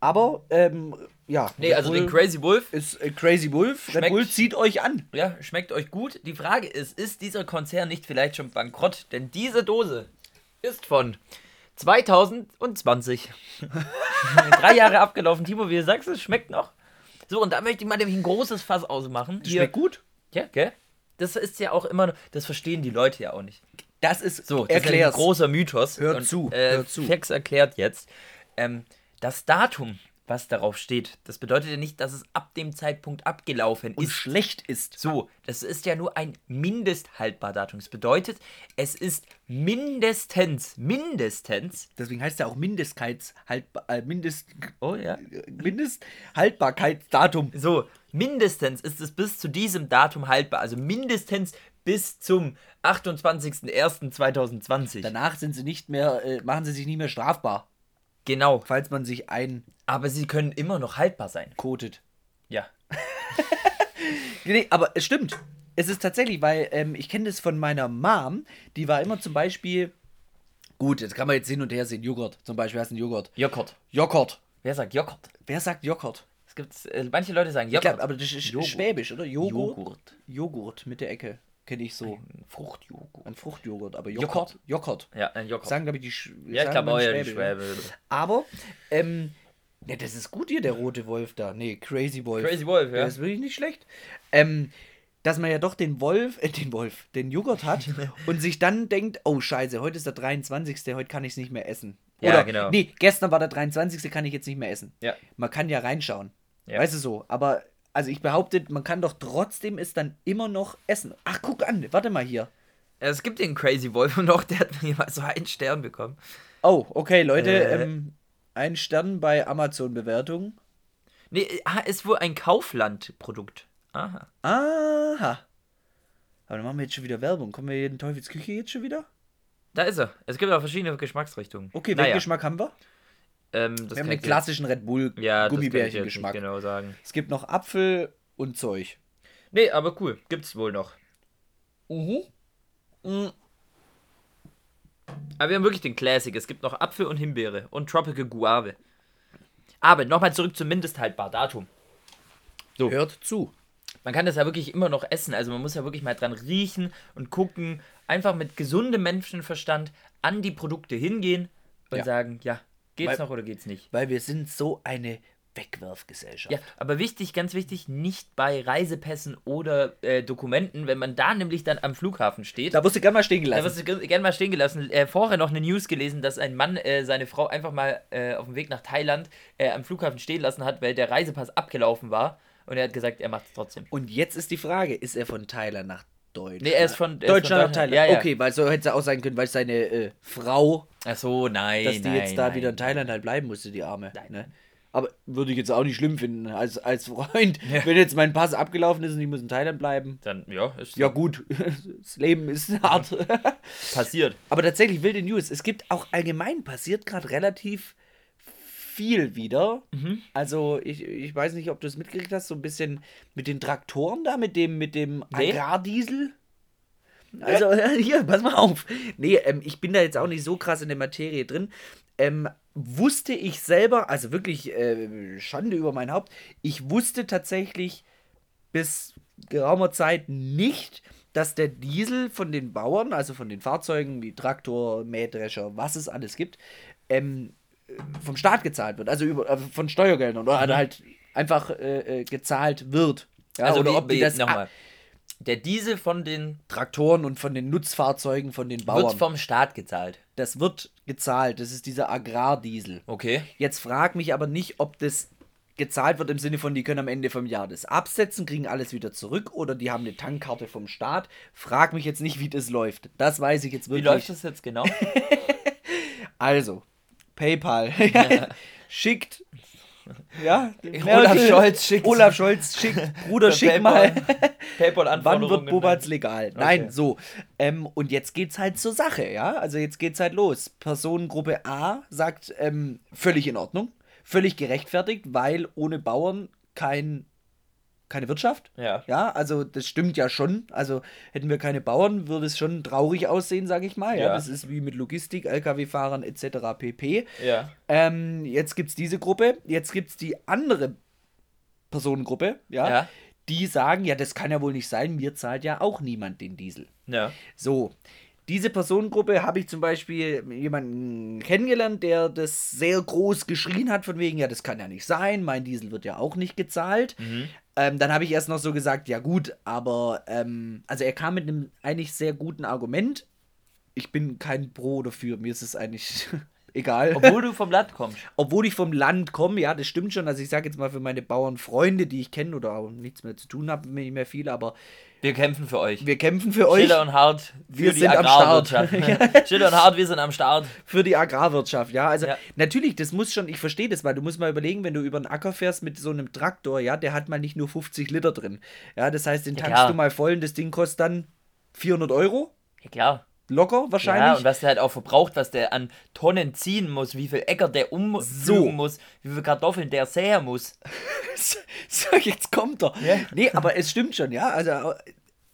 B: aber ähm, ja.
A: Nee,
B: Red
A: also den
B: Bull
A: Crazy Wolf.
B: ist äh, Crazy Wolf. Red
A: Schmeckt-
B: Bull zieht euch an.
A: Ja, schmeckt euch gut. Die Frage ist, ist dieser Konzern nicht vielleicht schon bankrott? Denn diese Dose ist von 2020. Drei Jahre abgelaufen. Timo, wie du sagst, es schmeckt noch. So, und da möchte ich mal nämlich ein großes Fass ausmachen. Hier-
B: Schmeckt gut.
A: Ja, gell? Das ist ja auch immer, das verstehen die Leute ja auch nicht.
B: Das ist
A: So, das ist ja ein
B: erklär's.
A: großer Mythos.
B: Hört zu,
A: äh,
B: hört zu.
A: Fex erklärt jetzt, ähm, das Datum, was darauf steht, das bedeutet ja nicht, dass es ab dem Zeitpunkt abgelaufen
B: und
A: ist.
B: schlecht ist.
A: So, das ist ja nur ein Mindesthaltbardatum. Das bedeutet, es ist mindestens, mindestens,
B: Deswegen heißt er auch Mindestkeitshaltbar äh, Mindest
A: oh ja,
B: Mindesthaltbarkeitsdatum.
A: so, mindestens ist es bis zu diesem Datum haltbar. Also mindestens bis zum 28.01.2020.
B: Danach sind sie nicht mehr, äh, machen sie sich nicht mehr strafbar,
A: Genau.
B: falls man sich einkotet.
A: Aber sie können immer noch haltbar sein. Ja.
B: Nee, aber es stimmt. Es ist tatsächlich, weil ähm, ich kenne das von meiner Mom, die war immer zum Beispiel, gut, jetzt kann man jetzt hin und her sehen, Joghurt, zum Beispiel heißt ein Joghurt.
A: Joghurt.
B: Joghurt.
A: Wer sagt Joghurt?
B: Wer sagt Joghurt?
A: Es gibt, äh, manche Leute sagen
B: Ich glaub,
A: Joghurt.
B: aber das ist
A: Joghurt.
B: Schwäbisch, oder? Joghurt.
A: Joghurt.
B: Joghurt mit der Ecke, kenne ich so.
A: Fruchtjoghurt.
B: Ein Fruchtjoghurt, aber
A: Joghurt?
B: Joghurt. Joghurt.
A: Ja, ein Joghurt.
B: Sagen, glaube ich, die Sch
A: ja, ich glaube
B: sagen dann
A: auch ja, die
B: Schwäbisch,
A: Schwäbe.
B: Aber, ähm, ja, das ist gut hier, der rote Wolf da. Nee, Crazy Wolf.
A: Crazy Wolf, ja.
B: Der ist wirklich nicht schlecht. Ähm, dass man ja doch den Wolf, äh, den Wolf, den Joghurt hat und sich dann denkt, oh scheiße, heute ist der 23., heute kann ich es nicht mehr essen.
A: Ja,
B: Oder,
A: genau.
B: Nee, gestern war der 23., kann ich jetzt nicht mehr essen.
A: Ja.
B: Man kann ja reinschauen.
A: Ja.
B: Weißt du so, aber... Also ich behaupte, man kann doch trotzdem es dann immer noch essen. Ach, guck an, warte mal hier.
A: Es gibt den Crazy Wolf noch, der hat mir mal so einen Stern bekommen.
B: Oh, okay, Leute.
A: Äh.
B: Ähm, ein Stern bei Amazon-Bewertung.
A: Nee, äh, ah, ist wohl ein Kaufland-Produkt. Aha.
B: Aha. Aber dann machen wir jetzt schon wieder Werbung. Kommen wir hier in Teufels Küche jetzt schon wieder?
A: Da ist er. Es gibt auch verschiedene Geschmacksrichtungen.
B: Okay, welchen
A: naja,
B: Geschmack haben wir?
A: Ähm, das
B: Wir haben
A: kann ich
B: den klassischen Red Bull
A: jetzt- ja,
B: Gummibärchen-Geschmack.
A: Das kann ich jetzt nicht genau sagen.
B: Es gibt noch Apfel und Zeug.
A: Nee, aber cool. Gibt's wohl noch.
B: Mhm.
A: Aber wir haben wirklich den Classic. Es gibt noch Apfel und Himbeere und Tropical Guave. Aber nochmal zurück zum Mindesthaltbardatum.
B: Hört zu.
A: Man kann das ja wirklich immer noch essen. Also man muss ja wirklich mal dran riechen und gucken. Einfach mit gesundem Menschenverstand an die Produkte hingehen und
B: Ja.
A: sagen, ja, geht's
B: Weil-
A: noch oder geht's nicht.
B: Weil wir sind so eine Wegwerfgesellschaft.
A: Ja, aber wichtig, ganz wichtig, nicht bei Reisepässen oder äh, Dokumenten, wenn man da nämlich dann am Flughafen steht.
B: Da wirst du gerne mal stehen
A: Da
B: gelassen.
A: wirst du ge- gern mal stehen gelassen. Äh, vorher noch eine News gelesen, dass ein Mann äh, seine Frau einfach mal äh, auf dem Weg nach Thailand äh, am Flughafen stehen lassen hat, weil der Reisepass abgelaufen war. Und er hat gesagt, er macht es trotzdem.
B: und jetzt ist die Frage, ist er von Thailand nach Deutschland?
A: Nee, er ist von- er ist von
B: Deutschland nach
A: Deutschland.
B: Thailand.
A: Ja, ja.
B: Okay, weil so hätte es auch sein können, weil seine äh, Frau
A: Ach so, nein.
B: dass die jetzt da wieder in Thailand halt bleiben musste, die Arme. Ne? Aber würde ich jetzt auch nicht schlimm finden, als, als Freund. Wenn jetzt mein Pass abgelaufen ist und ich muss in Thailand bleiben.
A: Dann, ja, ist
B: Ja, gut, das Leben ist hart.
A: passiert.
B: Aber tatsächlich, wilde News. Es gibt auch allgemein passiert gerade relativ viel wieder. Also, ich, ich weiß nicht, ob du es mitgekriegt hast, so ein bisschen mit den Traktoren da, mit dem, mit dem
A: Nee.
B: Agrardiesel. Also, hier, pass mal auf. Nee, ähm, ich bin da jetzt auch nicht so krass in der Materie drin. Ähm, wusste ich selber, also wirklich äh, Schande über mein Haupt, ich wusste tatsächlich bis geraumer Zeit nicht, dass der Diesel von den Bauern, also von den Fahrzeugen wie Traktor, Mähdrescher, was es alles gibt, ähm, äh, vom Staat gezahlt wird, also über, äh, von Steuergeldern oder
A: Mhm.
B: halt einfach äh, äh, gezahlt wird. Ja,
A: Also,
B: oder
A: wie,
B: ob die
A: wie-
B: das
A: nochmal.
B: ab-
A: Der Diesel von den
B: Traktoren und von den Nutzfahrzeugen von den
A: wird
B: Bauern.
A: vom Staat gezahlt.
B: das wird gezahlt. Das ist dieser Agrardiesel.
A: Okay.
B: Jetzt frag mich aber nicht, ob das gezahlt wird im Sinne von, die können am Ende vom Jahr das absetzen, kriegen alles wieder zurück oder die haben eine Tankkarte vom Staat. Frag mich jetzt nicht, wie das läuft. Das weiß ich jetzt
A: Wie
B: wirklich.
A: läuft das jetzt genau?
B: Also, PayPal schickt Ja,
A: Olaf Scholz schickt-
B: Olaf Scholz schickt, Bruder, schick mal. Wann wird
A: Paypal-Anforderungen.
B: Bobats legal? Nein,
A: ne? Okay.
B: so. Ähm, und jetzt geht's halt zur Sache, ja? Also jetzt geht's halt los. Personengruppe A sagt, ähm, völlig in Ordnung, völlig gerechtfertigt, weil ohne Bauern kein, keine Wirtschaft.
A: Ja.
B: Ja, also das stimmt ja schon. Also hätten wir keine Bauern, würde es schon traurig aussehen, sage ich mal. Ja.
A: Ja.
B: das ist wie mit Logistik, Lkw-Fahrern etc. pp.
A: Ja.
B: Ähm, jetzt gibt's diese Gruppe, jetzt gibt's die andere Personengruppe, ja,
A: Ja.
B: die sagen, ja, das kann ja wohl nicht sein, mir zahlt ja auch niemand den Diesel.
A: Ja.
B: So, diese Personengruppe habe ich zum Beispiel jemanden kennengelernt, der das sehr groß geschrien hat, von wegen, ja, das kann ja nicht sein, mein Diesel wird ja auch nicht gezahlt.
A: Mhm.
B: Ähm, dann habe ich erst noch so gesagt, ja gut, aber, ähm, also er kam mit einem eigentlich sehr guten Argument. Ich bin kein Pro dafür, mir ist es eigentlich egal.
A: Obwohl du vom Land kommst.
B: Obwohl ich vom Land komme, ja, das stimmt schon. Also ich sage jetzt mal für meine Bauernfreunde, die ich kenne oder auch nichts mehr zu tun habe, nicht mehr viel, aber
A: Wir kämpfen für euch.
B: wir kämpfen für euch,
A: Schiller und Hart für
B: Wir
A: die
B: sind am
A: Agrarwirtschaft. Schiller und Hart, wir sind am Start.
B: für die Agrarwirtschaft, ja. Also
A: Ja.
B: natürlich, das muss schon, ich verstehe das, weil du musst mal überlegen, wenn du über einen Acker fährst mit so einem Traktor, ja, der hat mal nicht nur 50 Liter drin. Ja, das heißt, den tankst
A: klar.
B: du mal voll und das Ding kostet dann 400 Euro,
A: Ja, klar.
B: locker
A: Ja, und
B: wahrscheinlich.
A: was der halt auch verbraucht, was der an Tonnen ziehen muss, wie viel Äcker der umfliegen
B: So.
A: muss, wie viel Kartoffeln der säen muss.
B: so, jetzt kommt er.
A: Ja.
B: Nee, aber es stimmt schon, ja. Also,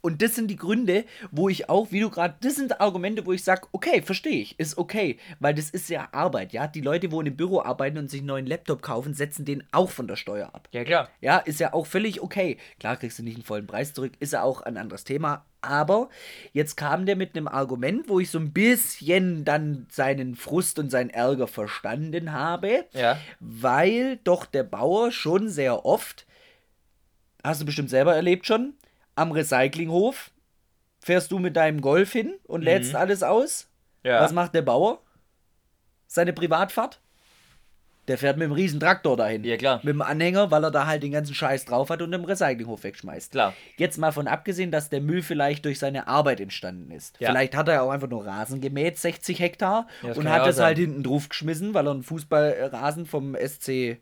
B: und das sind die Gründe, wo ich auch, wie du gerade, das sind Argumente, wo ich sage, okay, verstehe ich, ist okay, weil das ist ja Arbeit, ja. Die Leute, die im Büro arbeiten und sich einen neuen Laptop kaufen, setzen den auch von der Steuer ab.
A: Ja, klar.
B: Ja, ist ja auch völlig okay. Klar kriegst du nicht einen vollen Preis zurück, ist ja auch ein anderes Thema. Aber jetzt kam der mit einem Argument, wo ich so ein bisschen dann seinen Frust und seinen Ärger verstanden habe.
A: Ja.
B: Weil doch der Bauer schon sehr oft, hast du bestimmt selber erlebt schon, am Recyclinghof fährst du mit deinem Golf hin und lädst alles aus.
A: Ja.
B: Was macht der Bauer? Seine Privatfahrt? Der fährt mit dem riesen Traktor dahin.
A: Ja, klar.
B: Mit dem Anhänger, weil er da halt den ganzen Scheiß drauf hat und im Recyclinghof wegschmeißt.
A: Klar.
B: Jetzt mal von abgesehen, dass der Müll vielleicht durch seine Arbeit entstanden ist.
A: Ja.
B: Vielleicht hat er auch einfach nur Rasen gemäht, 60 Hektar,
A: Ja, das
B: und
A: kann
B: hat
A: ja auch
B: das halt
A: sein.
B: hinten drauf geschmissen, weil er einen Fußballrasen vom SC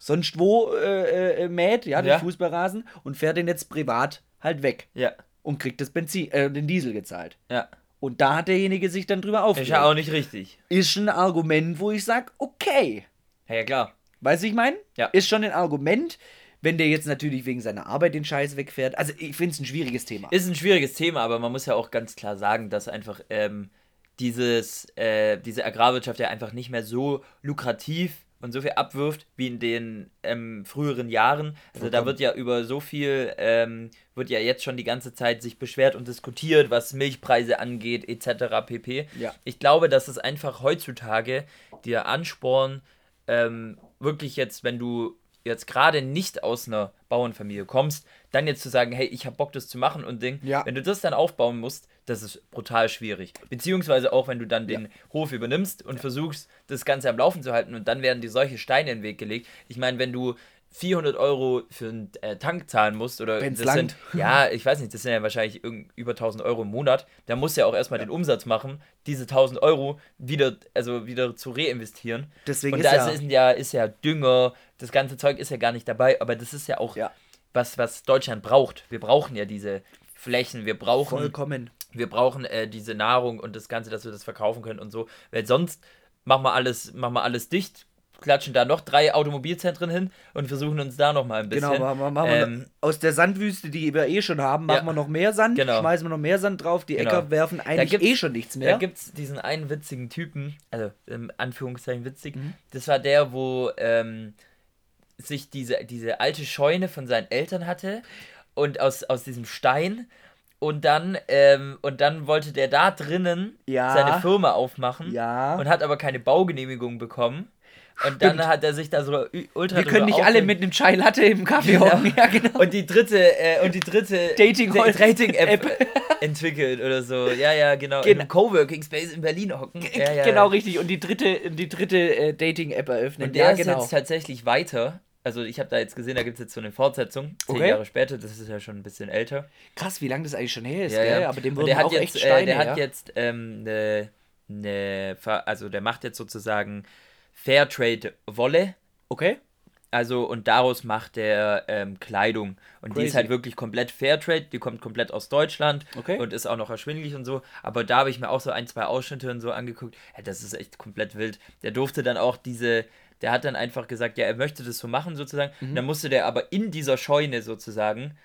B: sonst wo äh, äh, mäht, ja, den
A: Ja.
B: Fußballrasen, und fährt den jetzt privat halt weg.
A: Ja.
B: Und kriegt das Benzin, äh, den Diesel gezahlt.
A: Ja.
B: Und da hat derjenige sich dann drüber
A: Ist
B: aufgeregt.
A: ja auch nicht richtig.
B: Ist ein Argument, wo ich sage, okay.
A: Ja, ja klar.
B: Weißt du, ich meine?
A: Ja.
B: Ist schon ein Argument, wenn der jetzt natürlich wegen seiner Arbeit den Scheiß wegfährt. Also, ich finde es ein schwieriges Thema.
A: Ist ein schwieriges Thema, aber man muss ja auch ganz klar sagen, dass einfach ähm, dieses, äh, diese Agrarwirtschaft ja einfach nicht mehr so lukrativ und so viel abwirft wie in den ähm, früheren Jahren. Also da wird ja über so viel, ähm, wird ja jetzt schon die ganze Zeit sich beschwert und diskutiert, was Milchpreise angeht, etc. pp.
B: Ja.
A: Ich glaube, dass es einfach heutzutage dir Ansporn ähm, wirklich jetzt, wenn du jetzt gerade nicht aus einer Bauernfamilie kommst, dann jetzt zu sagen, hey, ich hab Bock, das zu machen und Ding,
B: Ja.
A: wenn du das dann aufbauen musst, das ist brutal schwierig. Beziehungsweise auch, wenn du dann den Hof übernimmst und versuchst, das Ganze am Laufen zu halten und dann werden dir solche Steine in den Weg gelegt. Ich meine, wenn du 400 Euro für einen äh, Tank zahlen musst oder
B: Wenn's
A: das sind,
B: langt.
A: ja, ich weiß nicht, das sind ja wahrscheinlich irgend, über 1000 Euro im Monat. Da musst du ja auch erstmal den Umsatz machen, diese 1000 Euro wieder, also wieder zu reinvestieren.
B: Deswegen
A: Und
B: ist
A: da
B: ja-
A: ist ja, ist ja Dünger, das ganze Zeug ist ja gar nicht dabei, aber das ist ja auch
B: Ja.
A: was, was Deutschland braucht. Wir brauchen ja diese Flächen, wir brauchen,
B: Vollkommen.
A: wir brauchen äh, diese Nahrung und das Ganze, dass wir das verkaufen können und so. Weil sonst machen wir alles, machen wir alles dicht, klatschen da noch drei Automobilzentren hin und versuchen uns da noch mal ein bisschen.
B: Genau, machen wir, machen wir
A: ähm,
B: aus der Sandwüste, die wir eh schon haben, machen
A: Ja.
B: wir noch mehr Sand,
A: Genau.
B: schmeißen wir noch mehr Sand drauf, die
A: Genau.
B: Äcker werfen eigentlich
A: gibt's-
B: eh schon nichts
A: Da
B: mehr.
A: gibt es diesen einen witzigen Typen, also in Anführungszeichen witzig,
B: Mhm.
A: das war der, wo ähm, sich diese, diese alte Scheune von seinen Eltern hatte und aus, aus diesem Stein und dann, ähm, und dann wollte der da drinnen
B: Ja.
A: seine Firma aufmachen
B: Ja.
A: und hat aber keine Baugenehmigung bekommen. Und dann hat er sich da so ü- ultra
B: wir
A: drüber
B: können nicht alle
A: aufgeregt.
B: mit einem Chai Latte im Kaffee hocken. Ja, genau.
A: Und die dritte, äh, und die dritte
B: Dating-
A: Da- Dating-App entwickelt oder so. Ja, ja, genau. In
B: Gen-
A: einem Coworking Space in Berlin hocken. Ja, ja.
B: Genau richtig. Und die dritte, die dritte äh, Dating-App eröffnen.
A: Und der
B: ja,
A: ist
B: genau.
A: jetzt halt tatsächlich weiter. Also ich habe da jetzt gesehen, da gibt es jetzt so eine Fortsetzung, zehn
B: Okay.
A: Jahre später, das ist ja schon ein bisschen älter.
B: Krass, wie lange das eigentlich schon her ist,
A: Ja,
B: gell?
A: ja.
B: Aber dem
A: Und
B: wurden
A: der hat
B: auch
A: jetzt,
B: echt Steine,
A: äh, der
B: ja?
A: hat jetzt ähm, ne, ne, Ver- also der macht jetzt sozusagen Fairtrade Wolle
B: Okay.
A: Also, und daraus macht er ähm, Kleidung. Und die ist
B: Crazy.
A: halt wirklich komplett Fairtrade, die kommt komplett aus Deutschland
B: Okay.
A: und ist auch noch erschwinglich und so. Aber da habe ich mir auch so ein, zwei Ausschnitte und so angeguckt. Ja, das ist echt komplett wild. Der durfte dann auch diese, der hat dann einfach gesagt, ja, er möchte das so machen sozusagen.
B: Mhm.
A: Und dann musste der aber in dieser Scheune sozusagen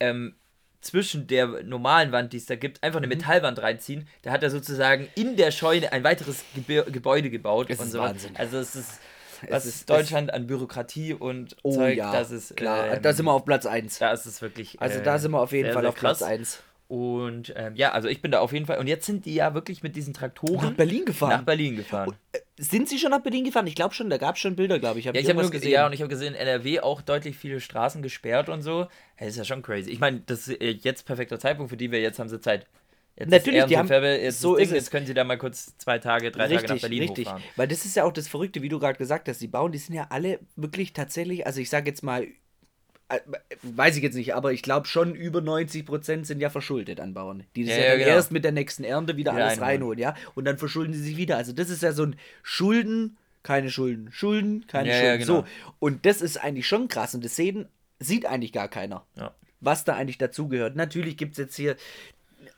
A: ähm, zwischen der normalen Wand, die es da gibt, einfach eine
B: Mhm.
A: Metallwand reinziehen. Da hat er sozusagen in der Scheune ein weiteres Gebir Gebäude gebaut
B: Es
A: und
B: ist
A: sowas.
B: Wahnsinn.
A: Also es ist, was
B: ist-
A: ist Deutschland an Bürokratie und
B: Oh
A: Zeug,
B: ja,
A: das ist
B: klar.
A: ähm,
B: da sind wir auf Platz 1.
A: da ist es wirklich.
B: Also
A: äh,
B: da sind wir auf jeden
A: sehr,
B: Fall
A: sehr
B: auf Platz
A: krass.
B: 1.
A: Und ähm, ja, also ich bin da auf jeden Fall. Und jetzt sind die ja wirklich mit diesen Traktoren
B: Nach Berlin gefahren.
A: nach Berlin gefahren.
B: Sind Sie schon nach Berlin gefahren? Ich glaube schon, da gab es schon Bilder, glaube ich. Hab
A: Ja,
B: ich
A: ich habe
B: irgendwas
A: nur gesehen, ja, und ich habe gesehen, in NRW auch deutlich viele Straßen gesperrt und so. Hey, ist ja schon crazy. Ich meine, das ist äh, jetzt perfekter Zeitpunkt für die, wir jetzt haben sie Zeit. Jetzt
B: Natürlich,
A: ist
B: die haben-
A: Färbel, jetzt
B: so
A: das
B: ist
A: Ding,
B: es.
A: Jetzt können sie da mal kurz zwei Tage, drei Tage nach Berlin
B: richtig.
A: hochfahren.
B: Weil das ist ja auch das Verrückte, wie du gerade gesagt hast. Die bauen, die sind ja alle wirklich tatsächlich, also ich sage jetzt mal, äh, weiß ich jetzt nicht, aber ich glaube schon über 90 Prozent sind ja verschuldet an Bauern. Die
A: Ja,
B: das ja,
A: ja,
B: dann
A: genau.
B: erst mit der nächsten Ernte wieder
A: Wieder
B: alles
A: einholen.
B: reinholen, ja. Und dann verschulden sie sich wieder. Also das ist ja so ein Schulden, keine Schulden, Schulden, keine
A: Ja, ja,
B: Schulden.
A: genau.
B: So. Und das ist eigentlich schon krass und das sehen, sieht eigentlich gar keiner
A: Ja.
B: was da eigentlich dazugehört. Natürlich gibt es jetzt hier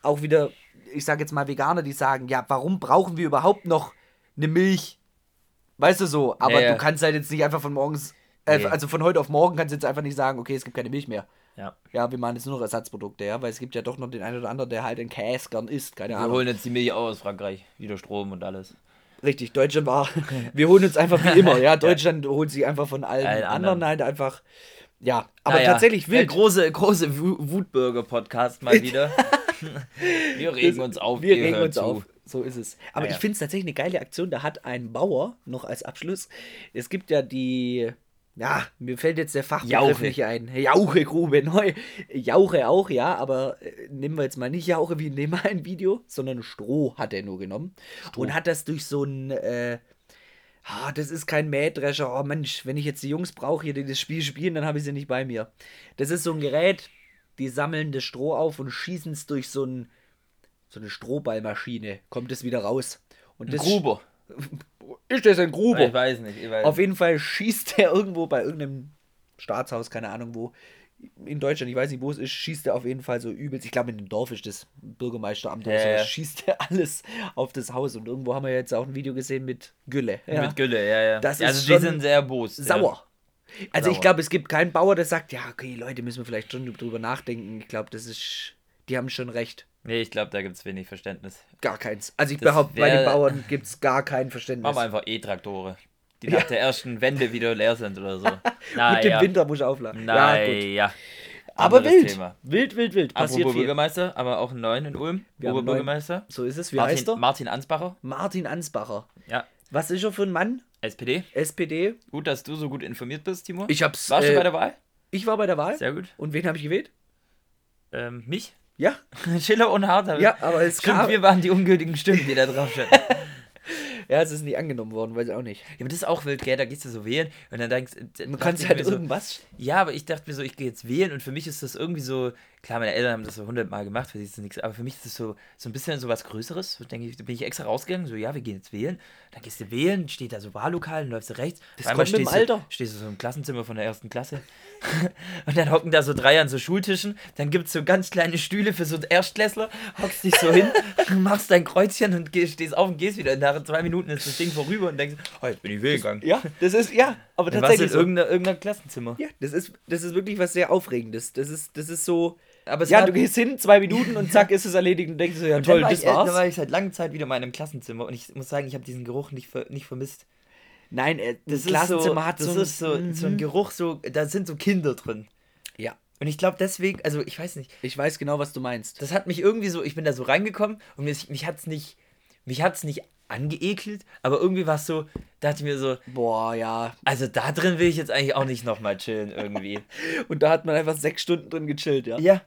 B: auch wieder, ich sage jetzt mal Veganer, die sagen, ja, warum brauchen wir überhaupt noch eine Milch? Weißt du so, aber
A: Ja, ja.
B: du kannst halt jetzt nicht einfach von morgens, äh,
A: Nee.
B: also von heute auf morgen kannst du jetzt einfach nicht sagen, okay, es gibt keine Milch mehr.
A: Ja.
B: Ja, wir machen jetzt nur noch Ersatzprodukte, ja, weil es gibt ja doch noch den einen oder anderen, der halt einen Käse gern isst, keine
A: Wir
B: Ahnung.
A: holen jetzt die Milch auch aus Frankreich. Wieder Strom und alles.
B: Richtig, Deutschland war. Wir holen uns einfach wie immer, ja. Deutschland holt sich einfach von allen
A: Allen anderen.
B: anderen, halt einfach. Ja, aber
A: Naja,
B: tatsächlich
A: Der
B: wild.
A: große, große Wu- Wutbürger-Podcast mal wieder. wir regen uns auf.
B: Wir
A: ihr
B: regen
A: hört
B: uns
A: zu.
B: auf. So ist es. Aber
A: Naja.
B: ich finde es tatsächlich eine geile Aktion. Da hat ein Bauer noch als Abschluss. Es gibt ja die. Ja, mir fällt jetzt der Fachbegriff
A: Jauche.
B: nicht ein. Jauchegrube neu. Jauche auch, ja, aber äh, nehmen wir jetzt mal nicht Jauche wie nehmen wir ein Video, sondern Stroh hat er nur genommen. Und hat das durch so ein. Äh, Ah, das ist kein Mähdrescher. Oh Mensch, wenn ich jetzt die Jungs brauche, hier die das Spiel spielen, dann habe ich sie nicht bei mir. Das ist so ein Gerät, die sammeln das Stroh auf und schießen es durch so, ein, so eine Strohballmaschine. Kommt es wieder raus. Und das
A: Gruber.
B: ist das ein
A: Ich
B: Gruber.
A: weiß nicht. Ich weiß
B: Auf
A: nicht.
B: jeden Fall schießt der irgendwo bei irgendeinem Staatshaus, keine Ahnung wo, in Deutschland, ich weiß nicht wo es ist, schießt er auf jeden Fall so übelst. Ich glaube, in dem Dorf ist das Bürgermeisteramt oder
A: Ja,
B: so,
A: ja.
B: schießt er alles auf das Haus. Und irgendwo haben wir jetzt auch ein Video gesehen mit Gülle. Ja.
A: Mit Gülle, ja, ja.
B: Das
A: also
B: ist
A: die
B: schon
A: sind sehr bos.
B: sauer. Also ich
A: Sauer.
B: glaube, es gibt keinen Bauer, der sagt, ja, okay, Leute, müssen wir vielleicht schon drüber nachdenken. Ich glaube, das ist, die haben schon recht.
A: Ja. Nee, ich glaube, da gibt es wenig Verständnis.
B: Gar keins. Also ich
A: Das
B: behaupte, bei den
A: wär-
B: Bauern gibt es gar kein Verständnis.
A: Machen wir einfach E-Traktoren. Die nach der ersten Wende wieder leer sind oder so. Na,
B: Mit dem
A: Ah, ja.
B: Winter muss ich aufladen.
A: Na,
B: Ja, gut.
A: ja.
B: Aber
A: Anderes
B: wild.
A: Thema.
B: Wild, wild, wild. Passiert
A: Apropos
B: viel.
A: Bürgermeister, aber auch einen neuen in Ulm.
B: Wir haben einen
A: Oberbürgermeister.
B: So ist es. Wie heißt er?
A: Martin, Martin Ansbacher.
B: Martin Ansbacher.
A: Ja.
B: Was ist er für ein Mann?
A: SPD.
B: SPD?
A: Gut, dass du so gut informiert bist, Timo.
B: Ich hab's.
A: Warst du
B: äh,
A: bei der Wahl?
B: ich war bei der Wahl.
A: Sehr gut.
B: Und wen habe ich gewählt?
A: Ähm, mich?
B: Ja,
A: Schiller und Hart. habe ich-
B: ja, aber es
A: Stimmt,
B: kam.
A: wir waren die ungültigen Stimmen, die da drauf standen. ja,
B: Ja, es ist nicht angenommen worden, weiß ich auch nicht.
A: aber das ist auch wild, gell? Da gehst du so wählen und dann denkst
B: Du kannst halt irgendwas.
A: Ja, aber ich dachte mir so, ich gehe jetzt wählen und für mich ist das irgendwie so, klar, meine Eltern haben das so hundertmal gemacht, für sie ist das nichts, aber für mich ist das so, so ein bisschen so was Größeres. So denke ich, da bin ich extra rausgegangen, so, ja, wir gehen jetzt wählen. Dann gehst du wählen, steht da so Wahllokal, dann läufst du rechts. Das
B: kommt mit dem Alter.
A: Du, stehst du so im Klassenzimmer von der ersten Klasse und dann hocken da so drei an so Schultischen, dann gibt es so ganz kleine Stühle für so Erstklässler, hockst dich so hin, machst dein Kreuzchen und gehst, stehst auf und gehst wieder. Nach zwei Minuten ist das Ding vorüber und denkst, oh, jetzt bin ich wählen gegangen.
B: Ja, das ist, ja, aber
A: Dann warst du
B: tatsächlich.
A: in
B: So.
A: irgendeiner, irgendeinem Klassenzimmer.
B: Ja, das ist, das ist wirklich was sehr Aufregendes. Das ist, das ist so.
A: Aber es
B: ja,
A: war-
B: du gehst hin, zwei Minuten und zack, ist es erledigt und denkst so, ja
A: Und
B: toll,
A: dann war
B: das
A: ich, äh,
B: war's.
A: Dann war ich seit langer Zeit wieder mal in einem Klassenzimmer und ich muss sagen, ich habe diesen Geruch nicht, ver nicht vermisst.
B: Nein, äh, das
A: ist
B: Klassenzimmer
A: so,
B: hat so.
A: das
B: ein- mhm.
A: ist so, so ein Geruch, so, da sind so Kinder drin.
B: Ja,
A: Und ich glaube deswegen, also ich weiß nicht,
B: ich weiß genau, was du meinst.
A: das hat mich irgendwie so, ich bin da so reingekommen und mich, mich hat's nicht, mich hat's nicht angeekelt, aber irgendwie war es so, dachte ich mir so,
B: Boah, ja.
A: also da drin will ich jetzt eigentlich auch nicht nochmal chillen irgendwie.
B: Und da hat man einfach sechs Stunden drin gechillt, ja.
A: ja,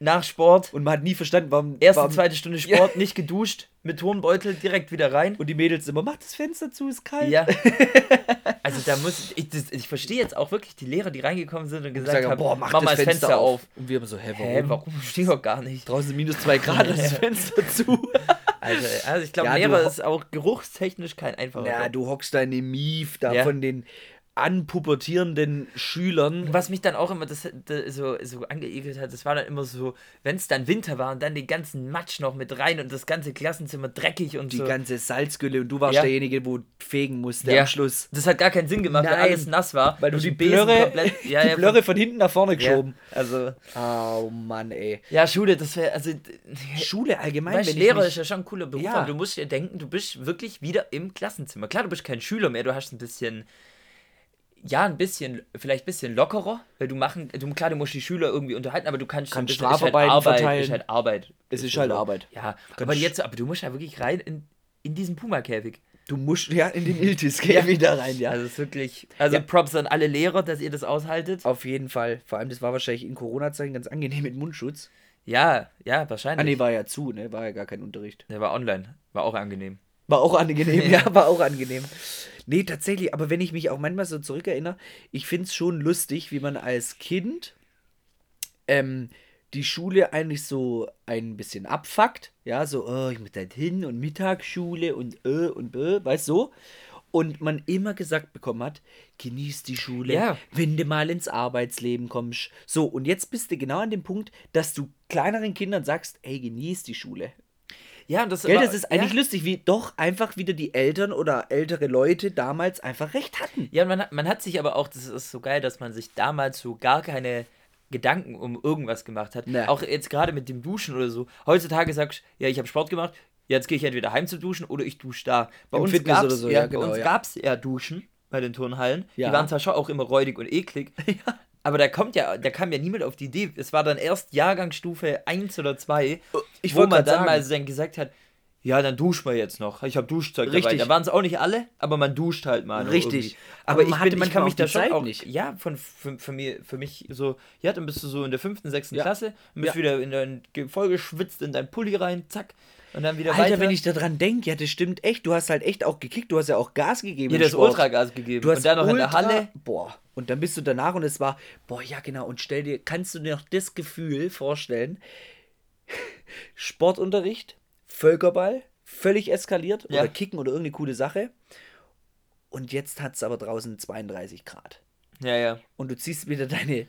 A: nach Sport,
B: Und man hat nie verstanden, warum.
A: erste,
B: warum
A: zweite Stunde Sport, nicht geduscht, mit Tonbeutel direkt wieder rein.
B: und die Mädels immer, mach das Fenster zu, ist kalt.
A: Ja. Also da muss ich, das, ich verstehe jetzt auch wirklich die Lehrer, die reingekommen sind und
B: Und
A: gesagt
B: sagen,
A: haben,
B: boah, mach
A: mach
B: das,
A: mal
B: Fenster, auf. Und wir immer so, hä, warum?
A: Hä, warum steht doch gar nicht?
B: Draußen sind minus zwei Grad, lass das Fenster zu. Oh
A: Also, also ich glaube,
B: Ja, du-
A: Lehrer ist auch geruchstechnisch kein einfacher.
B: Ja,
A: Job.
B: du hockst da in dem Mief da
A: Ja.
B: von den anpubertierenden Schülern.
A: Was mich dann auch immer das, das so, so angeekelt hat, das war dann immer so, wenn es dann Winter war und dann den ganzen Matsch noch mit rein und das ganze Klassenzimmer dreckig und
B: Die
A: so.
B: ganze Salzgülle und du warst
A: Ja.
B: derjenige, wo fegen musste
A: Ja.
B: am Schluss.
A: Das hat gar keinen Sinn gemacht, weil
B: Nein.
A: alles nass war.
B: Weil du
A: Und
B: Also die
A: Besen
B: Blöre,
A: komplett- ja,
B: die
A: ja,
B: Blöre von hinten nach vorne
A: ja,
B: geschoben.
A: also,
B: Oh Mann, ey.
A: ja, Schule, das wäre, also,
B: Schule allgemein,
A: Weißt,
B: wenn
A: Lehrer
B: ich
A: ist ja schon ein cooler Beruf,
B: Ja.
A: aber du musst dir denken, du bist wirklich wieder im Klassenzimmer. Klar, du bist kein Schüler mehr, du hast ein bisschen, ja, ein bisschen, vielleicht ein bisschen lockerer, weil du machen, du, klar, du musst die Schüler irgendwie unterhalten, aber du kannst,
B: Kannst
A: das ist halt
B: Strafarbeiten
A: Arbeit,
B: verteilen.
A: Ist halt Arbeit.
B: Es ist halt
A: so.
B: Arbeit.
A: Ja,
B: Ganz
A: aber
B: sch-
A: jetzt, aber du musst ja wirklich rein in, in diesen Puma-Käfig.
B: mich, du musst ja in den Iltis gehen wieder rein, ja.
A: Also es ist wirklich, also
B: Ja.
A: Props an alle Lehrer, dass ihr das aushaltet.
B: Auf jeden Fall. Vor allem, das war wahrscheinlich in Corona-Zeiten ganz angenehm mit Mundschutz.
A: Ja, ja,
B: Ah,
A: wahrscheinlich.
B: nee, war ja zu, ne? War ja gar kein Unterricht.
A: Der war online, war auch angenehm.
B: War auch angenehm, ja, war auch angenehm. Nee, tatsächlich, aber wenn ich mich auch manchmal so zurückerinnere, ich finde es schon lustig, wie man als Kind ähm, die Schule eigentlich so ein bisschen abfuckt. Ja, so, oh, ich muss da hin und Mittagsschule und ö und bö, weißt du? So. Und man immer gesagt bekommen hat, genieß die Schule,
A: Ja.
B: wenn du mal ins Arbeitsleben kommst. So, und jetzt bist du genau an dem Punkt, dass du kleineren Kindern sagst, ey, genieß die Schule.
A: Ja, und das,
B: Gell,
A: war-
B: das ist eigentlich
A: ja.
B: lustig, wie doch einfach wieder die Eltern oder ältere Leute damals einfach recht hatten.
A: Ja, man, hat- man hat sich aber auch, das ist so geil, dass man sich damals so gar keine Gedanken um irgendwas gemacht hat.
B: Nee.
A: Auch jetzt gerade mit dem Duschen oder so. Heutzutage sagst du, ja, ich habe Sport gemacht, jetzt gehe ich entweder heim zu duschen oder ich dusche da. Bei
B: Im
A: uns
B: Fitness
A: gab's,
B: oder so,
A: ja,
B: ja, genau,
A: Bei uns
B: ja.
A: gab's ja Duschen bei den Turnhallen.
B: Ja.
A: Die waren zwar schon auch immer räudig und eklig. Aber da kommt ja, da kam ja niemand auf die Idee. Es war dann erst Jahrgangsstufe 1 oder 2,
B: Oh, ich
A: wo
B: wollt
A: man
B: grad
A: dann
B: sagen.
A: mal dann gesagt hat, ja, dann duschen wir jetzt noch. Ich habe Duschzeug dabei.
B: Richtig.
A: Da waren es auch nicht alle, aber man duscht halt mal. noch
B: Richtig.
A: irgendwie.
B: Aber
A: Aber
B: man
A: ich,
B: hatte
A: bin, ich
B: manchmal
A: kann
B: auch
A: mich
B: die
A: da schon
B: Zeit
A: auch,
B: nicht.
A: ja, von, für, für, mir, für mich so, ja, dann bist du so in der fünften, sechsten
B: Ja.
A: Klasse, dann bist
B: Ja.
A: wieder in dein, ge- vollgeschwitzt in dein Pulli rein, zack, und dann wieder
B: Alter,
A: weiter.
B: wenn ich daran denke, ja, das stimmt echt. Du hast halt echt auch gekickt, du hast ja auch Gas gegeben.
A: dir
B: im
A: das
B: Sport.
A: Ultragas gegeben
B: Du hast
A: und dann noch in der
B: Ultra,
A: Halle.
B: Boah. Und dann bist du danach und es war, boah, ja, genau. Und stell dir, kannst du dir noch das Gefühl vorstellen? Sportunterricht, Völkerball, völlig eskaliert
A: Ja.
B: oder kicken oder irgendeine coole Sache. Und jetzt hat es aber draußen 32 Grad.
A: Ja, ja.
B: und du ziehst wieder deine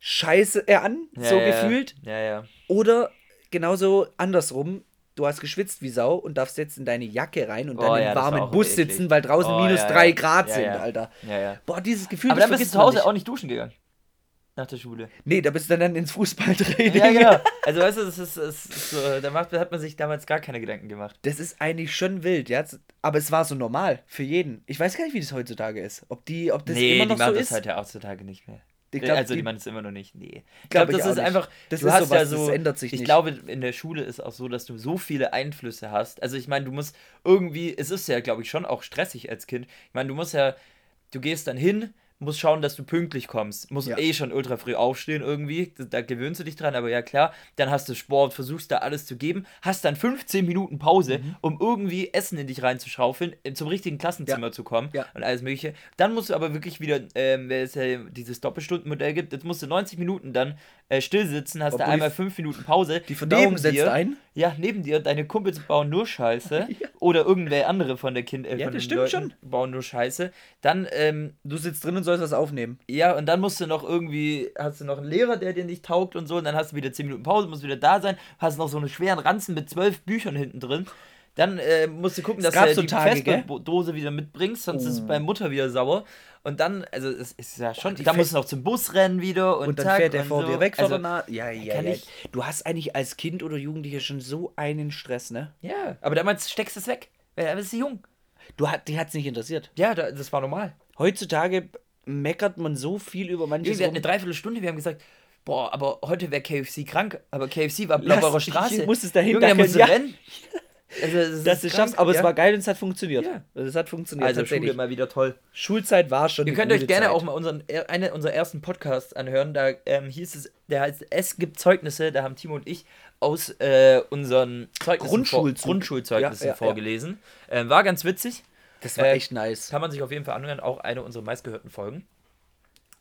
B: Scheiße äh, an,
A: ja
B: so
A: ja.
B: gefühlt.
A: Ja, ja.
B: Oder genauso andersrum, du hast geschwitzt wie Sau und darfst jetzt in deine Jacke rein und
A: Oh,
B: dann
A: ja,
B: im
A: das war auch
B: warmen
A: immer
B: Bus
A: eklig.
B: sitzen, weil draußen
A: Oh,
B: minus
A: ja, ja.
B: 3 Grad
A: Ja,
B: sind,
A: ja.
B: Alter.
A: Ja, ja.
B: Boah, dieses Gefühl,
A: Aber
B: das
A: dann bist du
B: vergisst
A: zu
B: man
A: Hause
B: nicht.
A: auch nicht duschen gegangen. Nach der Schule.
B: Nee, da bist du dann ins Fußballtraining.
A: Ja, genau. Also, weißt du, das ist, das ist so, da macht, hat man sich damals gar keine Gedanken gemacht.
B: Das ist eigentlich schon wild, ja. Aber es war so normal für jeden. Ich weiß gar nicht, wie das heutzutage ist. Ob die, ob das
A: nee,
B: immer noch
A: die machen
B: so
A: das
B: ist.
A: halt ja heutzutage nicht mehr.
B: Ich glaub,
A: also die,
B: die-
A: machen es immer noch nicht. Nee. Ich
B: Glaub
A: glaube,
B: ich
A: das
B: auch
A: ist
B: nicht.
A: einfach.
B: Das
A: du
B: ist
A: hast
B: sowas,
A: ja so.
B: das ändert sich
A: ich
B: nicht.
A: glaube, in der Schule ist auch so, dass du so viele Einflüsse hast. Also ich meine, du musst irgendwie, es ist ja, glaube ich, schon auch stressig als Kind. Ich meine, du musst ja, du gehst dann hin, musst schauen, dass du pünktlich kommst. Musst
B: Ja.
A: eh schon ultra früh aufstehen irgendwie. Da, da gewöhnst du dich dran, aber ja klar, dann hast du Sport, versuchst da alles zu geben, hast dann 15 Minuten Pause,
B: Mhm.
A: um irgendwie Essen in dich reinzuschaufeln, äh, zum richtigen Klassenzimmer zu kommen
B: Ja.
A: und alles mögliche. Dann musst du aber wirklich wieder, ähm, wenn es ja dieses Doppelstundenmodell gibt, jetzt musst du 90 Minuten dann äh, stillsitzen, hast da
B: Obwohl die
A: einmal
B: F-
A: 5 Minuten Pause.
B: die Verdauung setzt
A: dir,
B: ein.
A: Ja, neben dir, deine Kumpels bauen nur Scheiße oder irgendwer andere von der Kind äh,
B: Ja,
A: von
B: das
A: den
B: stimmt
A: Leuten bauen nur Scheiße. Dann ähm,
B: Du sitzt drin und sollst was aufnehmen.
A: ja, und dann musst du noch irgendwie, hast du noch einen Lehrer, der dir nicht taugt und so, und dann hast du wieder 10 Minuten Pause, musst wieder da sein, hast noch so einen schweren Ranzen mit zwölf Büchern hinten drin. Dann äh, musst du gucken, dass
B: gab
A: du
B: so
A: die
B: Tage, Oh.
A: Festdose wieder mitbringst, sonst ist es bei Mutter wieder sauer. Und dann, also es ist ja schon,
B: die
A: da musst
B: Fest-
A: du noch zum Bus rennen wieder und,
B: Und dann
A: zack,
B: fährt er
A: und
B: vor
A: so.
B: dir weg vor
A: also,
B: der Nase. Ja, ja,
A: kann
B: ja.
A: ich-
B: Du hast eigentlich als Kind oder Jugendlicher schon so einen Stress, ne?
A: Ja, aber damals steckst du es weg, weil da bist du jung.
B: Du hat, die hat's nicht interessiert.
A: Ja, Ah, da, das war normal.
B: Heutzutage meckert man so viel über manches.
A: Wir hatten eine
B: rum.
A: Dreiviertelstunde, wir haben gesagt, boah, aber heute wäre KFC krank, aber KFC war
B: Lass-
A: Blauberer
B: ich
A: Straße.
B: muss es dahin
A: Junge, da
B: dackeln,
A: musst du
B: ja.
A: rennen. Also, das
B: dass du
A: ist
B: schaffst,
A: krank,
B: aber
A: ja.
B: es war geil und es hat funktioniert.
A: Ja.
B: Es hat funktioniert.
A: Also
B: tatsächlich.
A: Schule mal wieder toll.
B: Schulzeit war schon.
A: Ihr könnt euch gerne auch mal unseren, er- eine unserer ersten Podcasts anhören. Da ähm, hieß es, der heißt Es gibt Zeugnisse. Da haben Timo und ich aus äh, unseren Zeugnissen
B: Grundschulzug.
A: vor, Grundschulzeugnissen
B: Ja, ja, ja.
A: vorgelesen. Ähm, war ganz witzig.
B: Das war
A: Äh,
B: echt nice.
A: Kann man sich auf jeden Fall anhören. Auch eine unserer meistgehörten Folgen.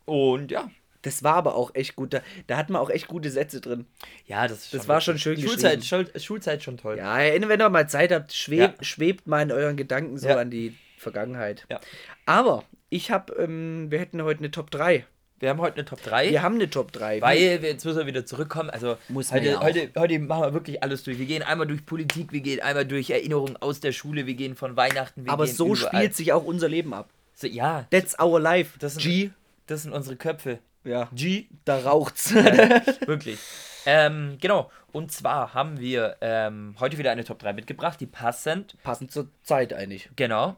A: Und ja.
B: Das war aber auch echt gut. Da, da hat man auch echt gute Sätze drin.
A: Ja, das, ist
B: Das war schon schön
A: Schulzeit, Schul Schulzeit schon toll.
B: Ja, erinnern, wenn ihr mal Zeit habt, schweb,
A: Ja.
B: schwebt mal in euren Gedanken so
A: Ja.
B: an die Vergangenheit.
A: Ja.
B: Aber Ich habe, ähm, wir hätten heute eine Top 3.
A: Wir haben heute eine Top 3.
B: Wir haben eine Top 3.
A: Weil wir, jetzt müssen wir wieder zurückkommen. Also
B: Muss man
A: heute,
B: ja auch.
A: heute, heute machen wir wirklich alles durch. Wir gehen einmal durch Politik, wir gehen einmal durch Erinnerungen aus der Schule, wir gehen von Weihnachten, wir
B: aber
A: gehen
B: so
A: überall.
B: spielt sich auch unser Leben ab.
A: So, ja,
B: That's our life.
A: Das sind-
B: G.
A: das sind unsere Köpfe.
B: Ja.
A: G.
B: Da raucht's.
A: Wirklich. Ähm, genau. Und zwar haben wir ähm, heute wieder eine Top 3 mitgebracht, die passend.
B: Passend zur Zeit eigentlich.
A: Genau.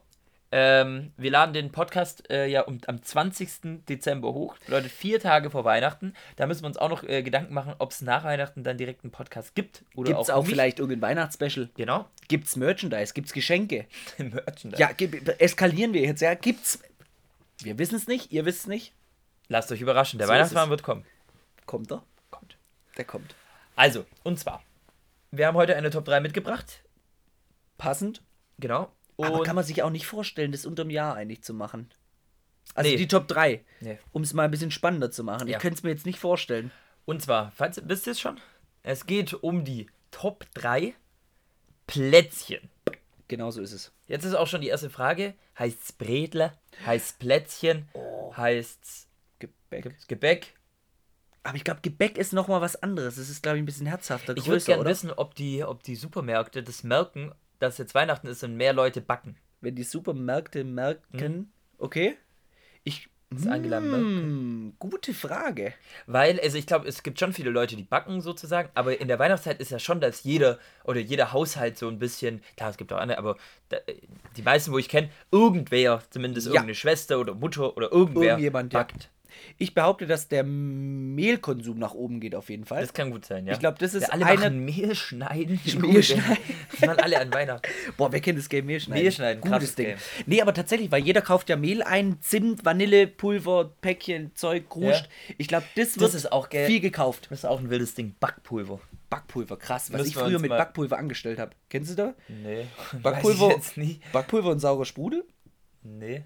A: Ähm, wir laden den Podcast äh, ja um, am 20. Dezember hoch. Das bedeutet vier Tage vor Weihnachten. Da müssen wir uns auch noch äh, Gedanken machen, ob es nach Weihnachten dann direkt einen Podcast gibt. Oder
B: Gibt's auch,
A: nicht.
B: vielleicht irgendein Weihnachtsspecial?
A: Genau.
B: Gibt's Merchandise? Gibt's Geschenke?
A: Merchandise.
B: Ja, gib, eskalieren wir jetzt, ja? Gibt's. Wir wissen es nicht, ihr wisst es nicht.
A: Lasst euch überraschen, der
B: So ist
A: Weihnachtsmann
B: es.
A: wird kommen.
B: Kommt er?
A: Kommt.
B: Der kommt.
A: Also, und zwar, wir haben heute eine Top 3 mitgebracht.
B: Passend.
A: Genau. Und
B: Aber kann man sich auch nicht vorstellen, das unterm Jahr eigentlich zu machen. Also
A: Nee.
B: die Top 3.
A: Nee.
B: Um es mal ein bisschen spannender zu machen.
A: Ja.
B: Ich könnte es mir jetzt nicht vorstellen.
A: Und zwar, falls, wisst ihr es schon? Es geht um die Top 3 Plätzchen.
B: Genau so ist es.
A: Jetzt ist auch schon die erste Frage. Heißt's Bredler? Heißt's Plätzchen?
B: Oh.
A: Heißt's
B: Gebäck.
A: Ge- Gebäck?
B: Aber ich glaube, Gebäck ist nochmal was anderes. Es ist, glaube ich, ein bisschen herzhafter,
A: Ich würde
B: größer,
A: gerne
B: oder?
A: wissen, ob die, ob die Supermärkte das merken, dass jetzt Weihnachten ist und mehr Leute backen.
B: Wenn die Supermärkte merken, Hm. okay. Ich.
A: Ist ne? Angela
B: Hm, gute Frage.
A: Weil, also ich glaube, es gibt schon viele Leute, die backen sozusagen, aber in der Weihnachtszeit ist ja schon, dass jeder oder jeder Haushalt so ein bisschen, klar, es gibt auch andere, aber da, äh, die meisten, wo ich kenne, irgendwer, zumindest
B: Ja.
A: irgendeine Schwester oder Mutter oder irgendwer
B: Irgendjemand, ja.
A: backt.
B: Ich behaupte, dass der Mehlkonsum nach oben geht auf jeden Fall.
A: Das kann gut sein, ja.
B: Ich glaub, das ist
A: ja, alle
B: eine-
A: machen Mehl schneiden.
B: Mehl
A: Junge,
B: schneiden.
A: Das machen alle an Weihnachten.
B: Boah, wer kennt das Game Mehlschneiden?
A: Mehlschneiden, krasses
B: Gutes Ding.
A: Game.
B: Nee, aber tatsächlich, weil jeder kauft ja Mehl ein, Zimt, Vanille, Pulver, Päckchen, Zeug, Kruscht. Ich glaube, das wird
A: ist auch, gell?
B: viel gekauft.
A: Das ist auch ein wildes Ding, Backpulver.
B: Backpulver, krass, was
A: Müssen
B: ich
A: wir
B: früher
A: uns
B: mit
A: mal-
B: Backpulver angestellt habe. Kennst du da?
A: Nee.
B: Backpulver.
A: Weiß ich jetzt nicht.
B: Backpulver und saurer Sprudel?
A: Nee.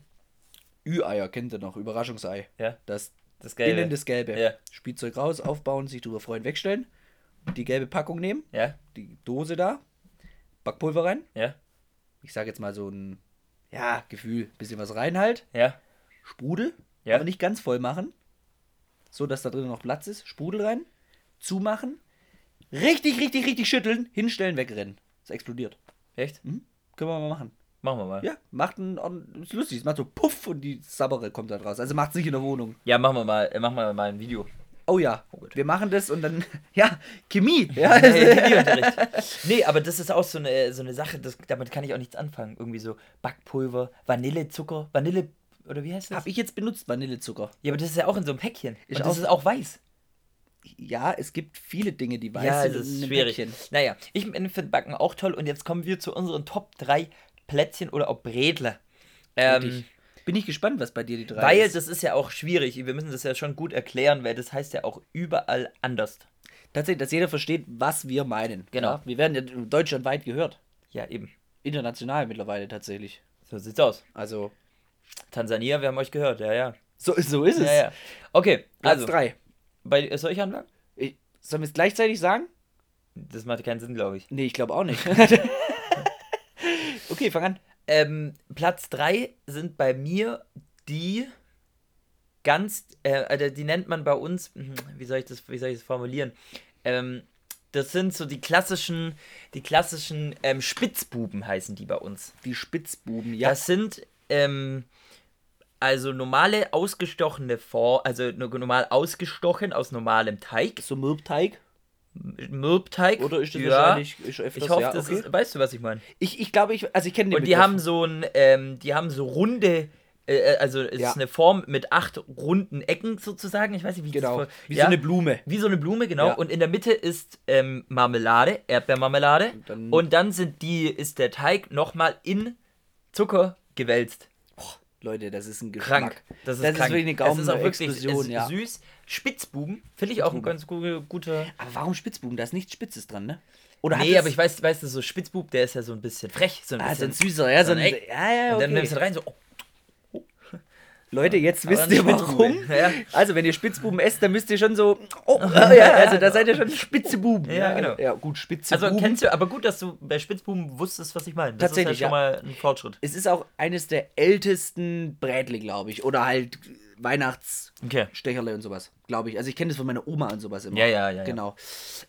B: Ü-Eier kennt ihr noch, Überraschungsei.
A: Ja.
B: Das,
A: Das Gelbe.
B: innen das Gelbe.
A: Ja.
B: Spielzeug raus, aufbauen, sich drüber freuen, wegstellen. Die gelbe Packung nehmen,
A: Ja,
B: die Dose da, Backpulver rein.
A: ja,
B: Ich sage jetzt mal so ein, ja, Gefühl, bisschen was rein halt.
A: ja.
B: Sprudel,
A: Ja.
B: aber nicht ganz voll machen, so dass da drin noch Platz ist. Sprudel rein, zumachen, richtig, richtig, richtig schütteln, hinstellen, wegrennen. Es explodiert.
A: Echt?
B: Hm? Können wir mal machen.
A: Machen wir mal.
B: Ja, macht ein, ordn- ist lustig, es macht so puff und die Sabbere kommt da draus. Also macht's nicht in der Wohnung.
A: Ja, machen wir mal, äh, machen wir mal ein Video.
B: Oh ja,
A: gut.
B: wir machen das und dann, ja, Chemie. Ja, also,
A: Hey, Chemieunterricht. nee, aber das ist auch so eine, so eine Sache, das, damit kann ich auch nichts anfangen. Irgendwie so Backpulver, Vanillezucker, Vanille, oder wie heißt das?
B: Hab ich jetzt benutzt, Vanillezucker.
A: Ja, aber das ist ja auch in so einem Päckchen.
B: Ist
A: Und das
B: auch-
A: ist auch weiß.
B: Ja, es gibt viele Dinge, die weiß
A: ja,
B: sind
A: das
B: in
A: ist
B: einem
A: schwierig.
B: Päckchen.
A: Naja, ich finde Backen auch toll und jetzt kommen wir zu unseren Top 3 Plätzchen oder auch Bredle. Ähm,
B: Richtig. Bin ich gespannt, was bei dir die drei
A: weil
B: ist.
A: das ist ja auch schwierig. Wir müssen das ja schon gut erklären, weil das heißt ja auch überall anders.
B: Tatsächlich, dass jeder versteht, was wir meinen.
A: Genau.
B: Ja, wir werden ja deutschlandweit gehört.
A: Ja, eben.
B: International mittlerweile tatsächlich.
A: So sieht's aus.
B: Also,
A: Tansania, wir haben euch gehört, ja, ja.
B: so, so ist es.
A: Ja, ja. Okay,
B: Platz
A: also,
B: 3.
A: bei, soll ich anfangen?
B: Sollen wir es gleichzeitig sagen?
A: Das macht keinen Sinn, glaube ich.
B: Nee, ich glaube auch nicht. okay, fang an.
A: Ähm, Platz 3 sind bei mir die ganz, äh, also die nennt man bei uns, hm, wie soll ich das, wie soll ich das formulieren? Ähm, das sind so die klassischen, die klassischen ähm, Spitzbuben heißen die bei uns.
B: Die Spitzbuben, ja.
A: Das sind ähm, also normale ausgestochene Form, also normal ausgestochen aus normalem Teig.
B: so Mürbteig?
A: Mürbteig.
B: Oder ist das
A: ja.
B: wahrscheinlich ist öfters,
A: Ich hoffe,
B: ja,
A: das
B: okay.
A: ist, weißt du, was ich meine?
B: Ich, ich glaube, ich, also ich kenne den
A: Und die
B: Begriff.
A: haben so ein, ähm, die haben so runde, äh, also es
B: Ja.
A: ist eine Form mit acht runden Ecken sozusagen. Ich weiß nicht, wie ich
B: Genau,
A: das
B: wie
A: ja.
B: so eine Blume.
A: wie so eine Blume, genau.
B: Ja.
A: Und in der Mitte ist ähm, Marmelade, Erdbeermarmelade. Und
B: dann-
A: dann, sind die, ist der Teig nochmal in Zucker gewälzt.
B: Leute, das ist ein Geschmack.
A: Krank. Das ist,
B: das
A: krank.
B: ist wirklich
A: Das ist auch
B: eine
A: wirklich es
B: Gaumenexplosion,
A: ist
B: ja.
A: süß. Spitzbuben finde ich auch ein ganz gu- guter.
B: Aber warum Spitzbuben? Da ist nichts Spitzes dran, ne? Oder
A: nee, aber ich weiß, weißt du, so Spitzbub, der ist ja so ein bisschen frech. So ein
B: Ah, so
A: bisschen
B: ein süßer, ja, so
A: so oh,
B: ein.
A: ein Eck.
B: Ja, ja,
A: Und dann nimmst du
B: okay.
A: rein, so, oh,
B: Leute, jetzt
A: Aber
B: wisst
A: nicht
B: ihr
A: mit
B: warum.
A: Ruhe. Ja.
B: Also, wenn ihr Spitzbuben esst, dann müsst ihr schon so. Oh, ja, also da seid ihr schon spitze Buben.
A: Ja, genau.
B: Ja, gut, spitze
A: Also
B: Buben.
A: kennst du, aber gut, dass du bei Spitzbuben wusstest, was ich meine. Das
B: Tatsächlich,
A: ist ja schon
B: ja.
A: mal ein Fortschritt.
B: Es ist auch eines der ältesten Brätle, glaube ich. Oder halt Weihnachtsstecherle
A: Okay.
B: und sowas, glaube ich. Also ich kenne das von meiner Oma und sowas immer.
A: Ja, ja, ja, ja.
B: Genau.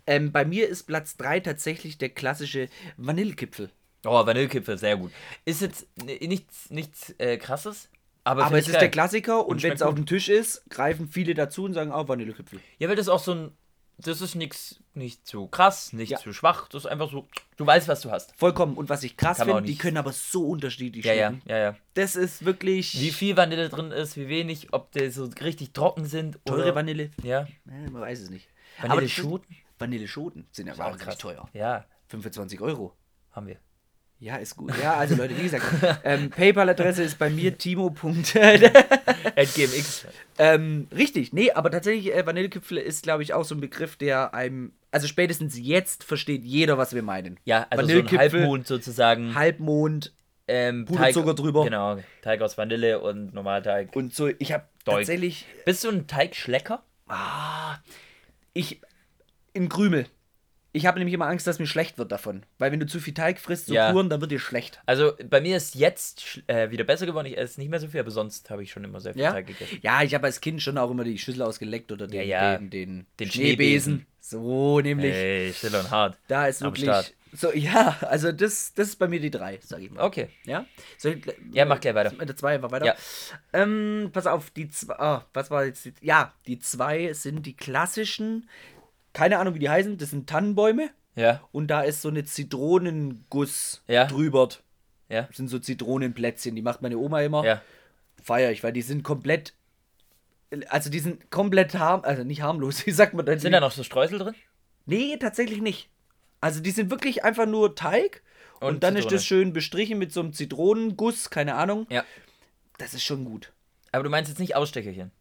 B: Ähm, bei mir ist Platz 3 tatsächlich der klassische Vanillekipfel.
A: Oh, Vanillekipfel, sehr gut. Ist jetzt n- nichts, nichts äh, krasses, aber,
B: Aber
A: find
B: es
A: ich
B: ist der
A: geil.
B: Klassiker und,
A: Und
B: wenn
A: schmeckt
B: es auf dem Tisch ist, greifen viele dazu und sagen, oh, Vanillekipfel.
A: Ja, weil das auch so ein. Das ist nichts nicht zu krass, nicht
B: Ja.
A: zu schwach. Das ist einfach so. Du weißt, was du hast.
B: Vollkommen. Und was ich krass
A: Kann man
B: finde,
A: auch
B: die
A: nicht-
B: können aber so unterschiedlich
A: Ja, ja,
B: schmecken.
A: ja, ja.
B: Das ist wirklich
A: Wie viel Vanille drin ist, wie wenig, ob die so richtig trocken sind
B: teure
A: oder.
B: Vanille.
A: Ja.
B: Ja, man weiß es nicht.
A: Vanille
B: das-
A: Schoten?
B: Vanilleschoten sind ja wahnsinnig teuer.
A: Ja,
B: 25 Euro.
A: haben wir.
B: Ja, ist gut. Ja, also Leute, wie gesagt, ähm, PayPal-Adresse ist bei mir Timo.
A: At GMX.
B: ähm, richtig, nee, aber tatsächlich, äh, Vanillekipfel ist, glaube ich, auch so ein Begriff, der einem, also spätestens jetzt versteht jeder, was wir meinen.
A: Ja, also so ein
B: Vanillekipfel,
A: Halbmond sozusagen.
B: Halbmond
A: ähm,
B: Puderzucker drüber.
A: Genau, Teig aus Vanille und Normalteig.
B: und so. Ich habe
A: Deug.
B: tatsächlich,
A: Bist du ein Teigschlecker?
B: ich, in Krümel. Ich habe nämlich immer Angst, dass mir schlecht wird davon. Weil wenn du zu viel Teig frisst, so
A: Ja.
B: Kuren, dann wird dir schlecht.
A: Also bei mir ist jetzt sch- äh, wieder besser geworden. Ich esse nicht mehr so viel, aber sonst habe ich schon immer sehr viel
B: Ja?
A: Teig gegessen.
B: Ja, ich habe als Kind schon auch immer die Schüssel ausgeleckt oder den,
A: Ja, ja.
B: den, den,
A: Den
B: Schneebesen. So nämlich.
A: Ey, still und hart.
B: Da ist
A: Am
B: wirklich.
A: Start.
B: So, ja, also das, das ist bei mir die drei, sag ich mal.
A: Okay.
B: Ja? Soll ich,
A: Ja, mach gleich weiter.
B: Mit der zwei einfach weiter.
A: Ja.
B: Ähm, pass auf, die zwei. ah, was war jetzt? Die, ja, die zwei sind die klassischen. Keine Ahnung, wie die heißen. Das sind Tannenbäume.
A: Ja,
B: Und da ist so eine Zitronenguss
A: Ja.
B: drüber.
A: ja,
B: Das sind so Zitronenplätzchen. Die macht meine Oma immer.
A: ja.
B: Feier ich, weil die sind komplett. Also die sind komplett harm, also nicht harmlos, wie sagt man denn?
A: Sind da noch so Streusel drin?
B: Nee, tatsächlich nicht. Also die sind wirklich einfach nur Teig und,
A: Und
B: dann ist
A: Zitrone.
B: das schön bestrichen mit so einem Zitronenguss, keine Ahnung.
A: Ja.
B: Das ist schon gut.
A: Aber du meinst jetzt nicht Ausstecherchen.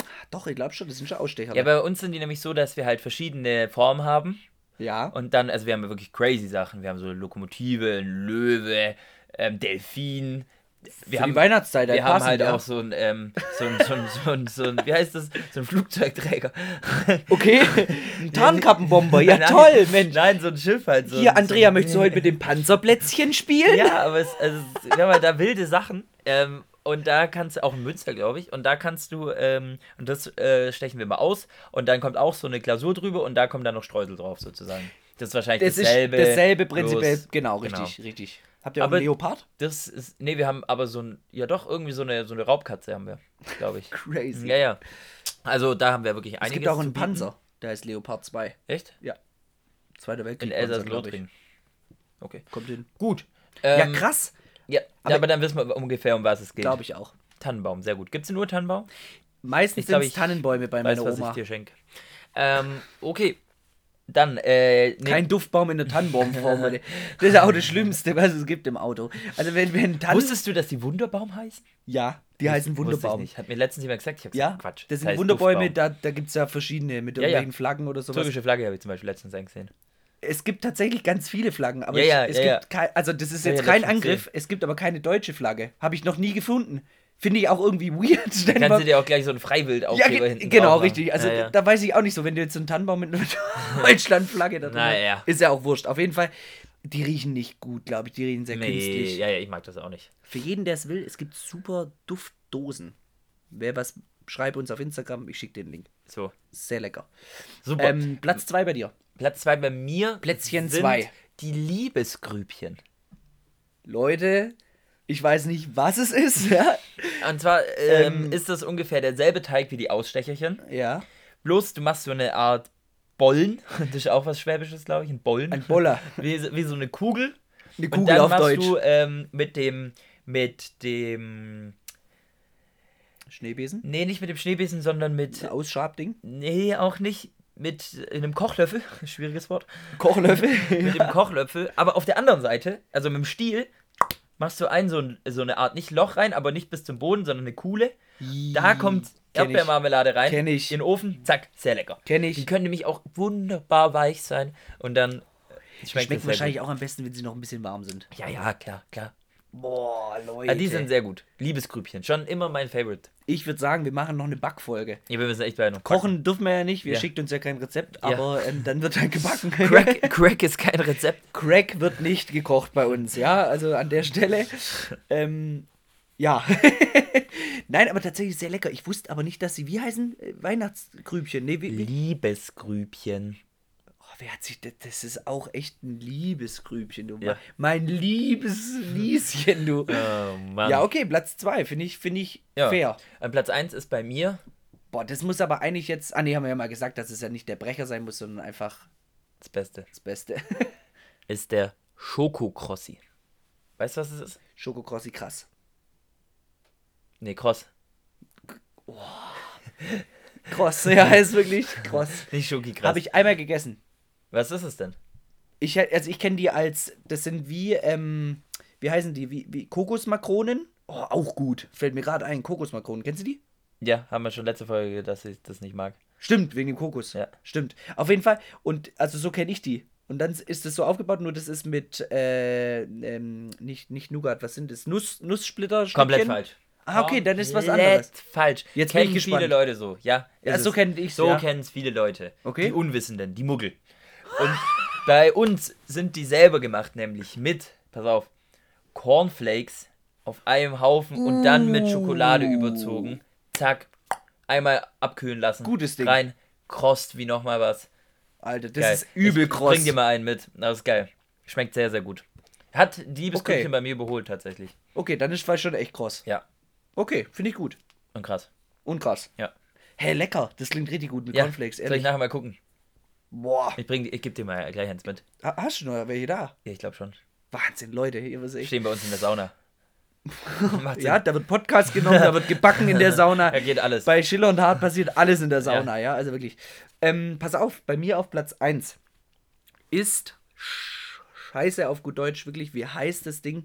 B: Ah, Doch, ich glaube schon, das sind schon Ausstecher. ne?
A: Ja, bei uns sind die nämlich so, dass wir halt verschiedene Formen haben.
B: ja.
A: Und dann, also wir haben wirklich crazy Sachen. Wir haben so eine Lokomotive, ein Löwe, ähm, Delfin. Wir
B: Für
A: haben,
B: die Weihnachtszeit,
A: wir haben
B: passend,
A: halt
B: ja.
A: auch so ein, ähm, so ein, so ein, so ein, so ein, wie heißt das? So ein Flugzeugträger.
B: Okay, ein Tarnkappenbomber, ja
A: Nein,
B: toll, Mensch.
A: Nein, so ein Schiff halt. So
B: Hier,
A: ein,
B: Andrea,
A: so ein,
B: möchtest du heute mit dem Panzerplätzchen spielen?
A: Ja, aber es, also, es- wir haben halt da wilde Sachen. Ähm, und da kannst du, auch in Münster, glaube ich, und da kannst du, ähm, und das äh, stechen wir mal aus, und dann kommt auch so eine Glasur drüber und da kommen dann noch Streusel drauf sozusagen. Das ist wahrscheinlich
B: Das
A: dasselbe.
B: ist dasselbe prinzipiell.
A: bloß-
B: Genau, richtig, richtig. Habt ihr auch
A: Aber-
B: einen Leopard?
A: Das ist, nee, wir haben aber so ein, ja doch, irgendwie so eine, so eine Raubkatze haben wir, glaube ich.
B: Crazy.
A: ja, ja. Also da haben wir wirklich
B: es
A: einiges.
B: gibt auch einen
A: zu bieten.
B: Panzer, der heißt Leopard 2.
A: Echt?
B: Ja. Zweiter Weltkrieg.
A: In
B: Panzer, glaub ich.
A: Elsass-Lothringen. Okay.
B: Kommt hin.
A: Gut.
B: Ja,
A: Ähm,
B: krass,
A: Ja, aber,
B: Aber-
A: dann wissen wir ungefähr, um was es geht.
B: glaube ich auch.
A: Tannenbaum, sehr gut. Gibt es denn nur Tannenbaum?
B: Meistens
A: Ich glaub,
B: sind
A: ich
B: es Tannenbäume bei
A: Weiß,
B: meiner
A: was ich
B: Oma.
A: dir schenke. Ähm, okay. Dann, äh, nee,
B: Kein Duftbaum in der Tannenbaumform. Leute. das ist auch das Schlimmste, was es gibt im Auto. Also wenn wir einen Tannen...
A: wusstest du, dass die Wunderbaum heißen?
B: Ja, die
A: Wusste
B: heißen
A: ich
B: Wunderbaum.
A: nicht. Hat mir letztens jemand gesagt, ich hab
B: Ja,
A: gesagt, Quatsch.
B: das sind
A: heißt
B: Wunderbäume,
A: Duftbaum.
B: da, da gibt es ja verschiedene mit
A: Ja, ja.
B: irgendwelchen Flaggen oder sowas.
A: Türkische Flagge habe ich zum Beispiel letztens gesehen.
B: Es gibt tatsächlich ganz viele Flaggen, aber
A: Ja, ja,
B: ich- es
A: ja, ja.
B: gibt kein, also das ist
A: Ja,
B: jetzt
A: ja,
B: kein
A: letztens
B: Angriff, es gibt aber keine deutsche Flagge. Habe ich noch nie gefunden. Finde ich auch irgendwie weird. denn
A: Kannst du
B: man-
A: dir auch gleich so ein Freiwild
B: genau. ja,
A: aufgeber
B: ge
A: hinten
B: genau,
A: drauf machen.
B: richtig. Also
A: ja, ja.
B: da weiß ich auch nicht so, wenn du jetzt so einen Tannenbaum mit einer Deutschlandflagge da drin hast,
A: Naja.
B: ist ja auch wurscht. Auf jeden Fall, die riechen nicht gut, glaube ich. Die riechen sehr
A: nee,
B: künstlich.
A: ja, ja, ich mag das auch nicht.
B: Für jeden, der es will, es gibt super Duftdosen. Wer was, schreibe uns auf Instagram, ich schicke den Link.
A: So,
B: Sehr lecker.
A: super.
B: Ähm, Platz 2 bei dir.
A: Platz 2 bei mir
B: Plätzchen
A: sind
B: zwei.
A: die Liebesgrübchen.
B: Leute, ich weiß nicht, was es ist. Ja.
A: Und zwar ähm, ist das ungefähr derselbe Teig wie die Ausstecherchen.
B: ja.
A: Bloß du machst so eine Art Bollen. Das ist auch was Schwäbisches, glaube ich. Ein Bollen.
B: Ein Boller.
A: wie, so- wie so eine Kugel.
B: Eine
A: Und
B: Kugel
A: dann
B: auf
A: machst
B: Deutsch.
A: du ähm, mit dem, mit dem,
B: Schneebesen.
A: nee, nicht mit dem Schneebesen, sondern mit,
B: Ein Ausschabding.
A: nee, auch nicht, mit einem Kochlöffel, schwieriges Wort,
B: Kochlöffel.
A: mit dem Kochlöffel, aber auf der anderen Seite, also mit dem Stiel, machst du ein, so, ein, so eine Art, nicht Loch rein, aber nicht bis zum Boden, sondern eine Kuhle. Da kommt
B: kenn ich.
A: Erdbeermarmelade rein,
B: Kenn ich.
A: in den Ofen, zack, sehr lecker.
B: Kenn ich.
A: Die können nämlich auch wunderbar weich sein und dann äh,
B: Schmeckt
A: das sehr
B: wahrscheinlich auch am besten, wenn sie noch ein bisschen warm sind.
A: gut. Ja, ja, klar, klar.
B: Boah, Leute.
A: Ja, die sind sehr gut. Liebesgrübchen, schon immer mein Favorite.
B: ich würde sagen, wir machen noch eine Backfolge.
A: Ja, wir müssen echt bei noch backen.
B: Kochen dürfen wir ja nicht, wir
A: Ja.
B: schickt uns ja kein Rezept, aber ähm, dann wird halt gebacken.
A: Crack, Crack ist kein Rezept.
B: Crack wird nicht gekocht bei uns, ja, also an der Stelle. Ähm, ja. Nein, aber tatsächlich sehr lecker. Ich wusste aber nicht, dass sie, wie heißen? Äh, Weihnachtsgrübchen. Nee,
A: Mhm.
B: wie, wie?
A: Liebesgrübchen.
B: Oh, wer hat sich, das, das ist auch echt ein Liebesgrübchen, du.
A: Ja.
B: Mein liebes Lieschen, du.
A: Oh Mann.
B: Ja, okay, Platz 2, finde ich, finde ich
A: Ja.
B: fair.
A: An Platz 1 ist bei mir
B: Boah, das muss aber eigentlich jetzt, ah nee, haben wir ja mal gesagt, dass es ja nicht der Brecher sein muss, sondern einfach
A: das Beste.
B: das Beste.
A: Ist der Schokokrossi. Weißt du, was es ist?
B: Schokokrossi, krass.
A: Nee, Cross.
B: Kross, ja, ist wirklich kross.
A: Nicht Schokikrass.
B: Habe ich einmal gegessen.
A: Was ist es denn?
B: Ich, hä- also ich kenne die als, das sind wie, ähm, wie heißen die? Wie, wie Kokosmakronen? Oh, auch gut. Fällt mir gerade ein. Kokosmakronen. Kennst du die?
A: Ja, haben wir schon letzte Folge, dass ich das nicht mag.
B: Stimmt, wegen dem Kokos.
A: Ja.
B: Stimmt. Auf jeden Fall. Und also so kenne ich die. Und dann ist es so aufgebaut, nur das ist mit, äh, ähm, nicht, nicht Nougat, was sind das? Nuss, Nusssplitter?
A: Komplett falsch.
B: Ah, okay, dann ist was anderes.
A: Komplett falsch.
B: Jetzt bin
A: kennen
B: ich gespannt.
A: viele Leute so. Ja,
B: Ja,
A: ist
B: so
A: es.
B: kenn ich's,
A: So
B: ja.
A: kennen es viele Leute.
B: Okay.
A: Die Unwissenden, die Muggel. Und bei uns sind die selber gemacht, nämlich mit, pass auf, Cornflakes auf einem Haufen und dann mit Schokolade
B: Uh.
A: überzogen. Zack, einmal abkühlen lassen.
B: Gutes Ding.
A: Rein, krost wie nochmal was.
B: Alter, das
A: Geil.
B: ist übel
A: ich,
B: kross.
A: Ich bring dir mal einen mit. Das ist geil. Schmeckt sehr, sehr gut. Hat die Biskuitchen
B: Okay.
A: bei mir überholt tatsächlich.
B: Okay, dann ist vielleicht schon echt kross.
A: Ja,
B: Okay, finde ich gut.
A: und krass.
B: Und krass.
A: Ja.
B: Hä, hey, lecker. Das klingt richtig gut mit
A: Ja,
B: Cornflakes,
A: soll ich
B: ehrlich.
A: nachher mal gucken.
B: Boah.
A: Ich, bring, die- ich gebe dir mal gleich eins mit.
B: Ha- Hast du noch welche da?
A: Ja, ich glaube schon.
B: Wahnsinn, Leute. Ihr wisst echt.
A: Stehen bei uns in der Sauna. Macht Sinn.
B: Ja, da wird Podcast genommen, da wird gebacken in der Sauna.
A: Da geht alles.
B: Bei Schiller und Hart passiert alles in der Sauna, ja, also wirklich. Ähm, pass auf, bei mir auf Platz 1 ist Sch- Scheiße auf gut Deutsch, wirklich, wie heißt das Ding?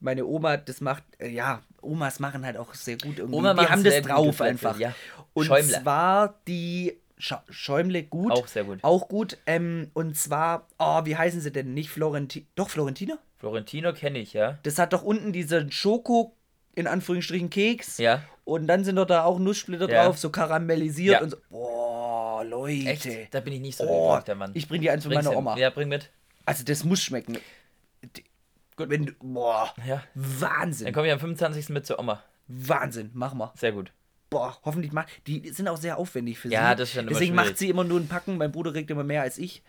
B: Meine Oma, das macht, äh, ja, Omas machen halt auch sehr gut irgendwie.
A: Oma
B: die
A: machen
B: haben das
A: sehr gute
B: drauf
A: Plätzchen,
B: einfach.
A: ja.
B: Und
A: Schäumle.
B: zwar die Scha Schäumle gut.
A: Auch sehr gut.
B: Auch gut. Ähm, und zwar, oh, wie heißen sie denn? Nicht Florentin. Doch, Florentiner?
A: Florentino kenne ich, ja.
B: Das hat doch unten diesen Schoko, in Anführungsstrichen, Keks.
A: Ja.
B: Und dann sind doch da auch Nusssplitter
A: Ja.
B: drauf, so karamellisiert
A: Ja.
B: und so. Boah, Leute.
A: Echt? Da bin ich nicht so
B: Oh,
A: der Mann.
B: ich bring dir eins von
A: Bring's
B: meiner
A: dir-
B: Oma.
A: Ja, bring mit.
B: Also das muss schmecken. Die- Gut, wenn du, boah.
A: Ja. Dann
B: Wahnsinn.
A: komme ich am 25. mit zur Oma.
B: Wahnsinn, mach mal.
A: Sehr gut.
B: Boah, hoffentlich mal. Die sind auch sehr aufwendig für sie.
A: Ja, das ist dann immer
B: Deswegen
A: schwierig.
B: macht sie immer nur ein Packen. Mein Bruder regt immer mehr als ich.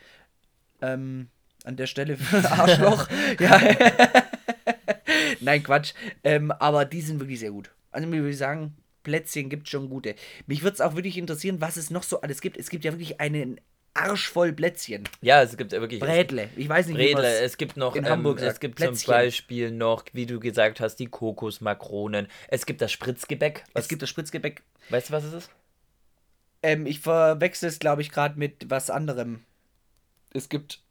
B: Ähm, an der Stelle Arschloch. ja. Nein, Quatsch. Ähm, aber die sind wirklich sehr gut. Also mir würde ich sagen, Plätzchen gibt schon gute. Mich würde es auch wirklich interessieren, was es noch so alles gibt. Es gibt ja wirklich einen Arsch voll Plätzchen.
A: Ja, es gibt ja wirklich.
B: Brädle. Ich weiß nicht, wie
A: Bredle,
B: man's-
A: es gibt noch,
B: in
A: ähm,
B: Hamburg
A: es
B: sagt,
A: gibt zum
B: Plätzchen.
A: Beispiel noch, wie du gesagt hast, die Kokosmakronen. Es gibt das Spritzgebäck. Was,
B: Es gibt das Spritzgebäck.
A: weißt du, was es ist?
B: Ähm, ich verwechsel es, glaube ich, gerade mit was anderem. Es gibt.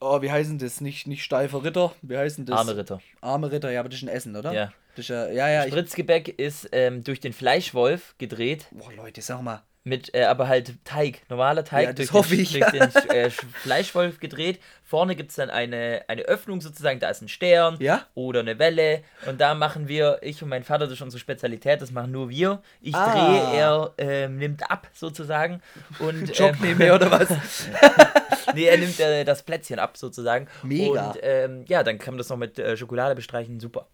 B: Oh, wie heißen das? Nicht, nicht steifer Ritter. Wie heißen das?
A: Arme Ritter.
B: Arme Ritter, ja, aber das ist in Essen, oder?
A: Ja.
B: Das ist ja, ja, ja. Ich,
A: Spritzgebäck ist ähm, durch den Fleischwolf gedreht
B: boah, Leute, sag mal.
A: Mit, äh, aber halt Teig, normaler Teig,
B: Ja, das
A: durch
B: hoffe
A: den,
B: ich.
A: durch den äh, Sch- Fleischwolf gedreht. Vorne gibt es dann eine, eine Öffnung sozusagen, da ist ein Stern
B: Ja?
A: oder eine Welle. Und da machen wir, ich und mein Vater, das ist unsere Spezialität, das machen nur wir. Ich
B: Ah.
A: drehe, er ähm, nimmt ab sozusagen. Und,
B: Job
A: ähm,
B: nehmen oder was?
A: nee, er nimmt äh, das Plätzchen ab sozusagen.
B: Mega.
A: Und ähm, ja, dann kann man das noch mit äh, Schokolade bestreichen, super.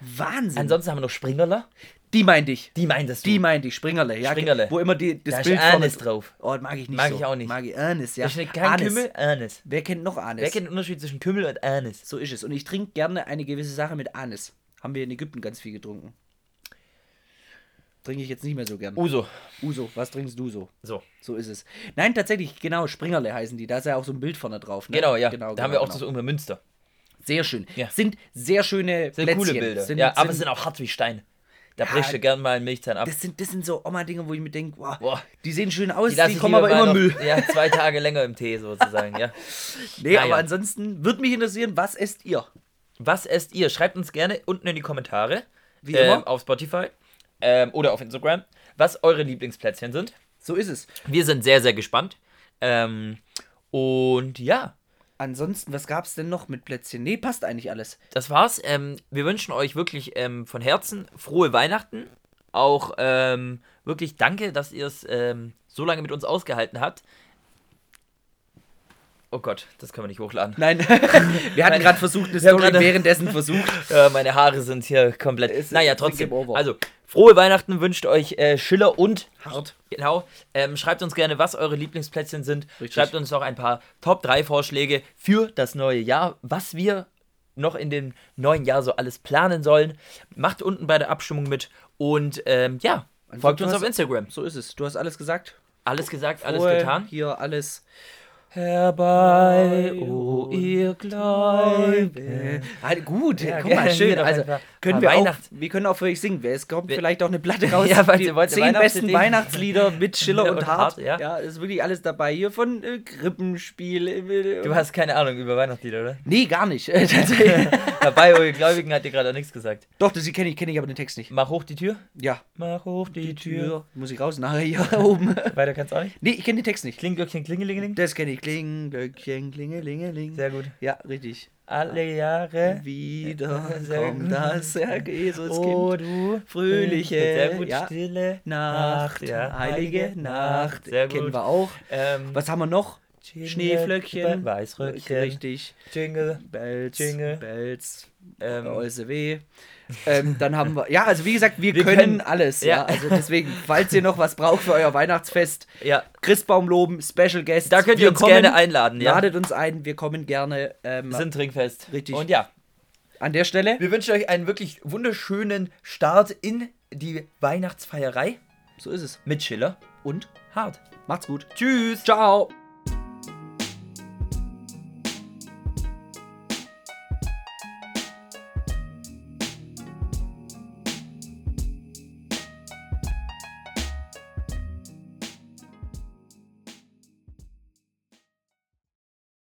B: Wahnsinn.
A: Ansonsten haben wir noch Springerler.
B: die meinte ich.
A: Die meintest du.
B: Mhm. Die meinte ich. Springerle. Ja,
A: Springerle.
B: Wo immer die, das
A: Da ist
B: Bild vorne
A: Anis drauf.
B: Oh, mag ich nicht.
A: Mag
B: so.
A: ich auch nicht.
B: Mag ich Anis, ja.
A: Da steht kein
B: Anis.
A: Kümmel, Anis.
B: Wer kennt noch Anis?
A: Wer kennt den Unterschied zwischen Kümmel und Anis?
B: so ist es. Und ich trinke gerne eine gewisse Sache mit Anis. Haben wir in Ägypten ganz viel getrunken. Trinke ich jetzt nicht mehr so gern.
A: Uso.
B: Uso, was trinkst du so?
A: So.
B: So ist es. Nein, tatsächlich, genau, Springerle heißen die. Da ist ja auch so ein Bild vorne drauf. Ne?
A: Genau, ja.
B: Genau,
A: da
B: genau,
A: haben wir auch
B: genau.
A: das Ungarn Münster.
B: Sehr schön.
A: Ja.
B: Sind sehr schöne
A: Sind
B: Plätzchen.
A: coole Bilder.
B: Sind,
A: ja,
B: sind,
A: aber sind auch hart wie Stein. Da
B: Ja,
A: brichst du gern mal einen Milchzahn ab.
B: das sind, das sind so Oma-Dinge, wo ich mir denke, wow,
A: Boah.
B: die sehen schön aus,
A: lass
B: die,
A: ich
B: kommen
A: lieber
B: aber immer
A: mal
B: Müll.
A: noch- Ja, zwei Tage länger im Tee sozusagen, ja.
B: Nee,
A: Naja.
B: aber ansonsten würde mich interessieren, was esst ihr?
A: Was esst ihr? Schreibt uns gerne unten in die Kommentare.
B: Wie
A: ähm,
B: immer.
A: auf Spotify ähm, oder auf Instagram, was eure Lieblingsplätzchen sind.
B: So ist es.
A: Wir sind sehr, sehr gespannt. Ähm, und ja,
B: Ansonsten, was gab's denn noch mit Plätzchen? Nee, passt eigentlich alles.
A: Das war's. Ähm, wir wünschen euch wirklich ähm, von Herzen frohe Weihnachten. Auch ähm, wirklich danke, dass ihr es ähm, so lange mit uns ausgehalten habt. Oh Gott, das können wir nicht hochladen.
B: Nein, wir hatten gerade versucht, eine
A: Wir haben
B: Story
A: gerade-
B: währenddessen versucht.
A: Äh, meine Haare sind hier komplett.
B: Es
A: naja,
B: ist- es
A: trotzdem.
B: geht over.
A: Also, frohe Weihnachten wünscht euch äh, Schiller und
B: Hart.
A: Genau. Ähm, schreibt uns gerne, was eure Lieblingsplätzchen sind.
B: Richtig.
A: Schreibt uns noch ein paar Top 3 Vorschläge für das neue Jahr, was wir noch in dem neuen Jahr so alles planen sollen. Macht unten bei der Abstimmung mit und ähm, ja, folgt
B: du
A: uns
B: hast-
A: auf Instagram.
B: So ist es. Du hast alles gesagt.
A: Alles gesagt, alles
B: Ruhe,
A: getan.
B: Hier alles.
A: Herbei, o ihr Gläubigen.
B: Ah, gut,
A: Ja,
B: guck mal,
A: gerne,
B: schön.
A: hier noch
B: Also
A: einfach.
B: können
A: Mal
B: wir, auch,
A: Ah, Weihnachts-
B: wir können auch für euch singen. Es kommt vielleicht auch eine Platte raus.
A: Ja, falls
B: die
A: ihr wollt,
B: zehn besten
A: Weihnachtsideen.
B: Weihnachtslieder mit Schiller
A: Ja,
B: und,
A: und
B: Hart.
A: Hart, ja.
B: ist wirklich alles dabei. Hier von äh, Krippenspiel. äh,
A: Du hast keine Ahnung über Weihnachtslieder, oder?
B: nee, gar nicht. Äh, tatsächlich.
A: Herbei, o ihr Gläubigen hat dir gerade auch nichts gesagt.
B: Doch, das kenne ich, kenne ich aber den Text nicht.
A: Mach hoch die Tür.
B: Ja.
A: Mach hoch die, Tür.
B: Muss ich raus? Nachher hier oben.
A: Weiter kannst du auch nicht.
B: Nee, ich kenne den Text nicht.
A: Klingelglöckchen, Klingelingeling.
B: Das kenne ich. Kling, Glöckchen, Klingelingeling.
A: Sehr gut.
B: Ja, richtig.
A: Alle Jahre
B: Wieder
A: Sehr
B: kommt
A: gut.
B: das Herr Jesuskind.
A: Oh, du
B: fröhliche
A: sehr gut,
B: ja.
A: stille
B: Nacht,
A: ja,
B: heilige Nacht.
A: Sehr gut.
B: Kennen wir auch.
A: Ähm,
B: Was haben wir noch?
A: Jingle,
B: Schneeflöckchen.
A: Weißröckchen.
B: Richtig.
A: Jingle.
B: Belz.
A: Jingle.
B: Belz.
A: Ähm,
B: Ähm, ähm, dann haben wir, ja, also wie gesagt, wir,
A: Wir
B: können,
A: können-
B: alles. Ja.
A: ja.
B: also deswegen, falls ihr noch was braucht für euer Weihnachtsfest,
A: Ja,
B: Christbaum loben, Special Guests.
A: da könnt
B: wir
A: ihr uns
B: kommen.
A: gerne einladen. Ja.
B: Ladet uns ein, wir kommen gerne. Ähm,
A: Wir sind trinkfest.
B: Richtig.
A: Und ja,
B: an der Stelle,
A: wir wünschen euch einen wirklich wunderschönen Start in die Weihnachtsfeierei
B: so ist es.
A: mit Schiller
B: Und
A: Hart.
B: macht's gut.
A: Tschüss.
B: Ciao.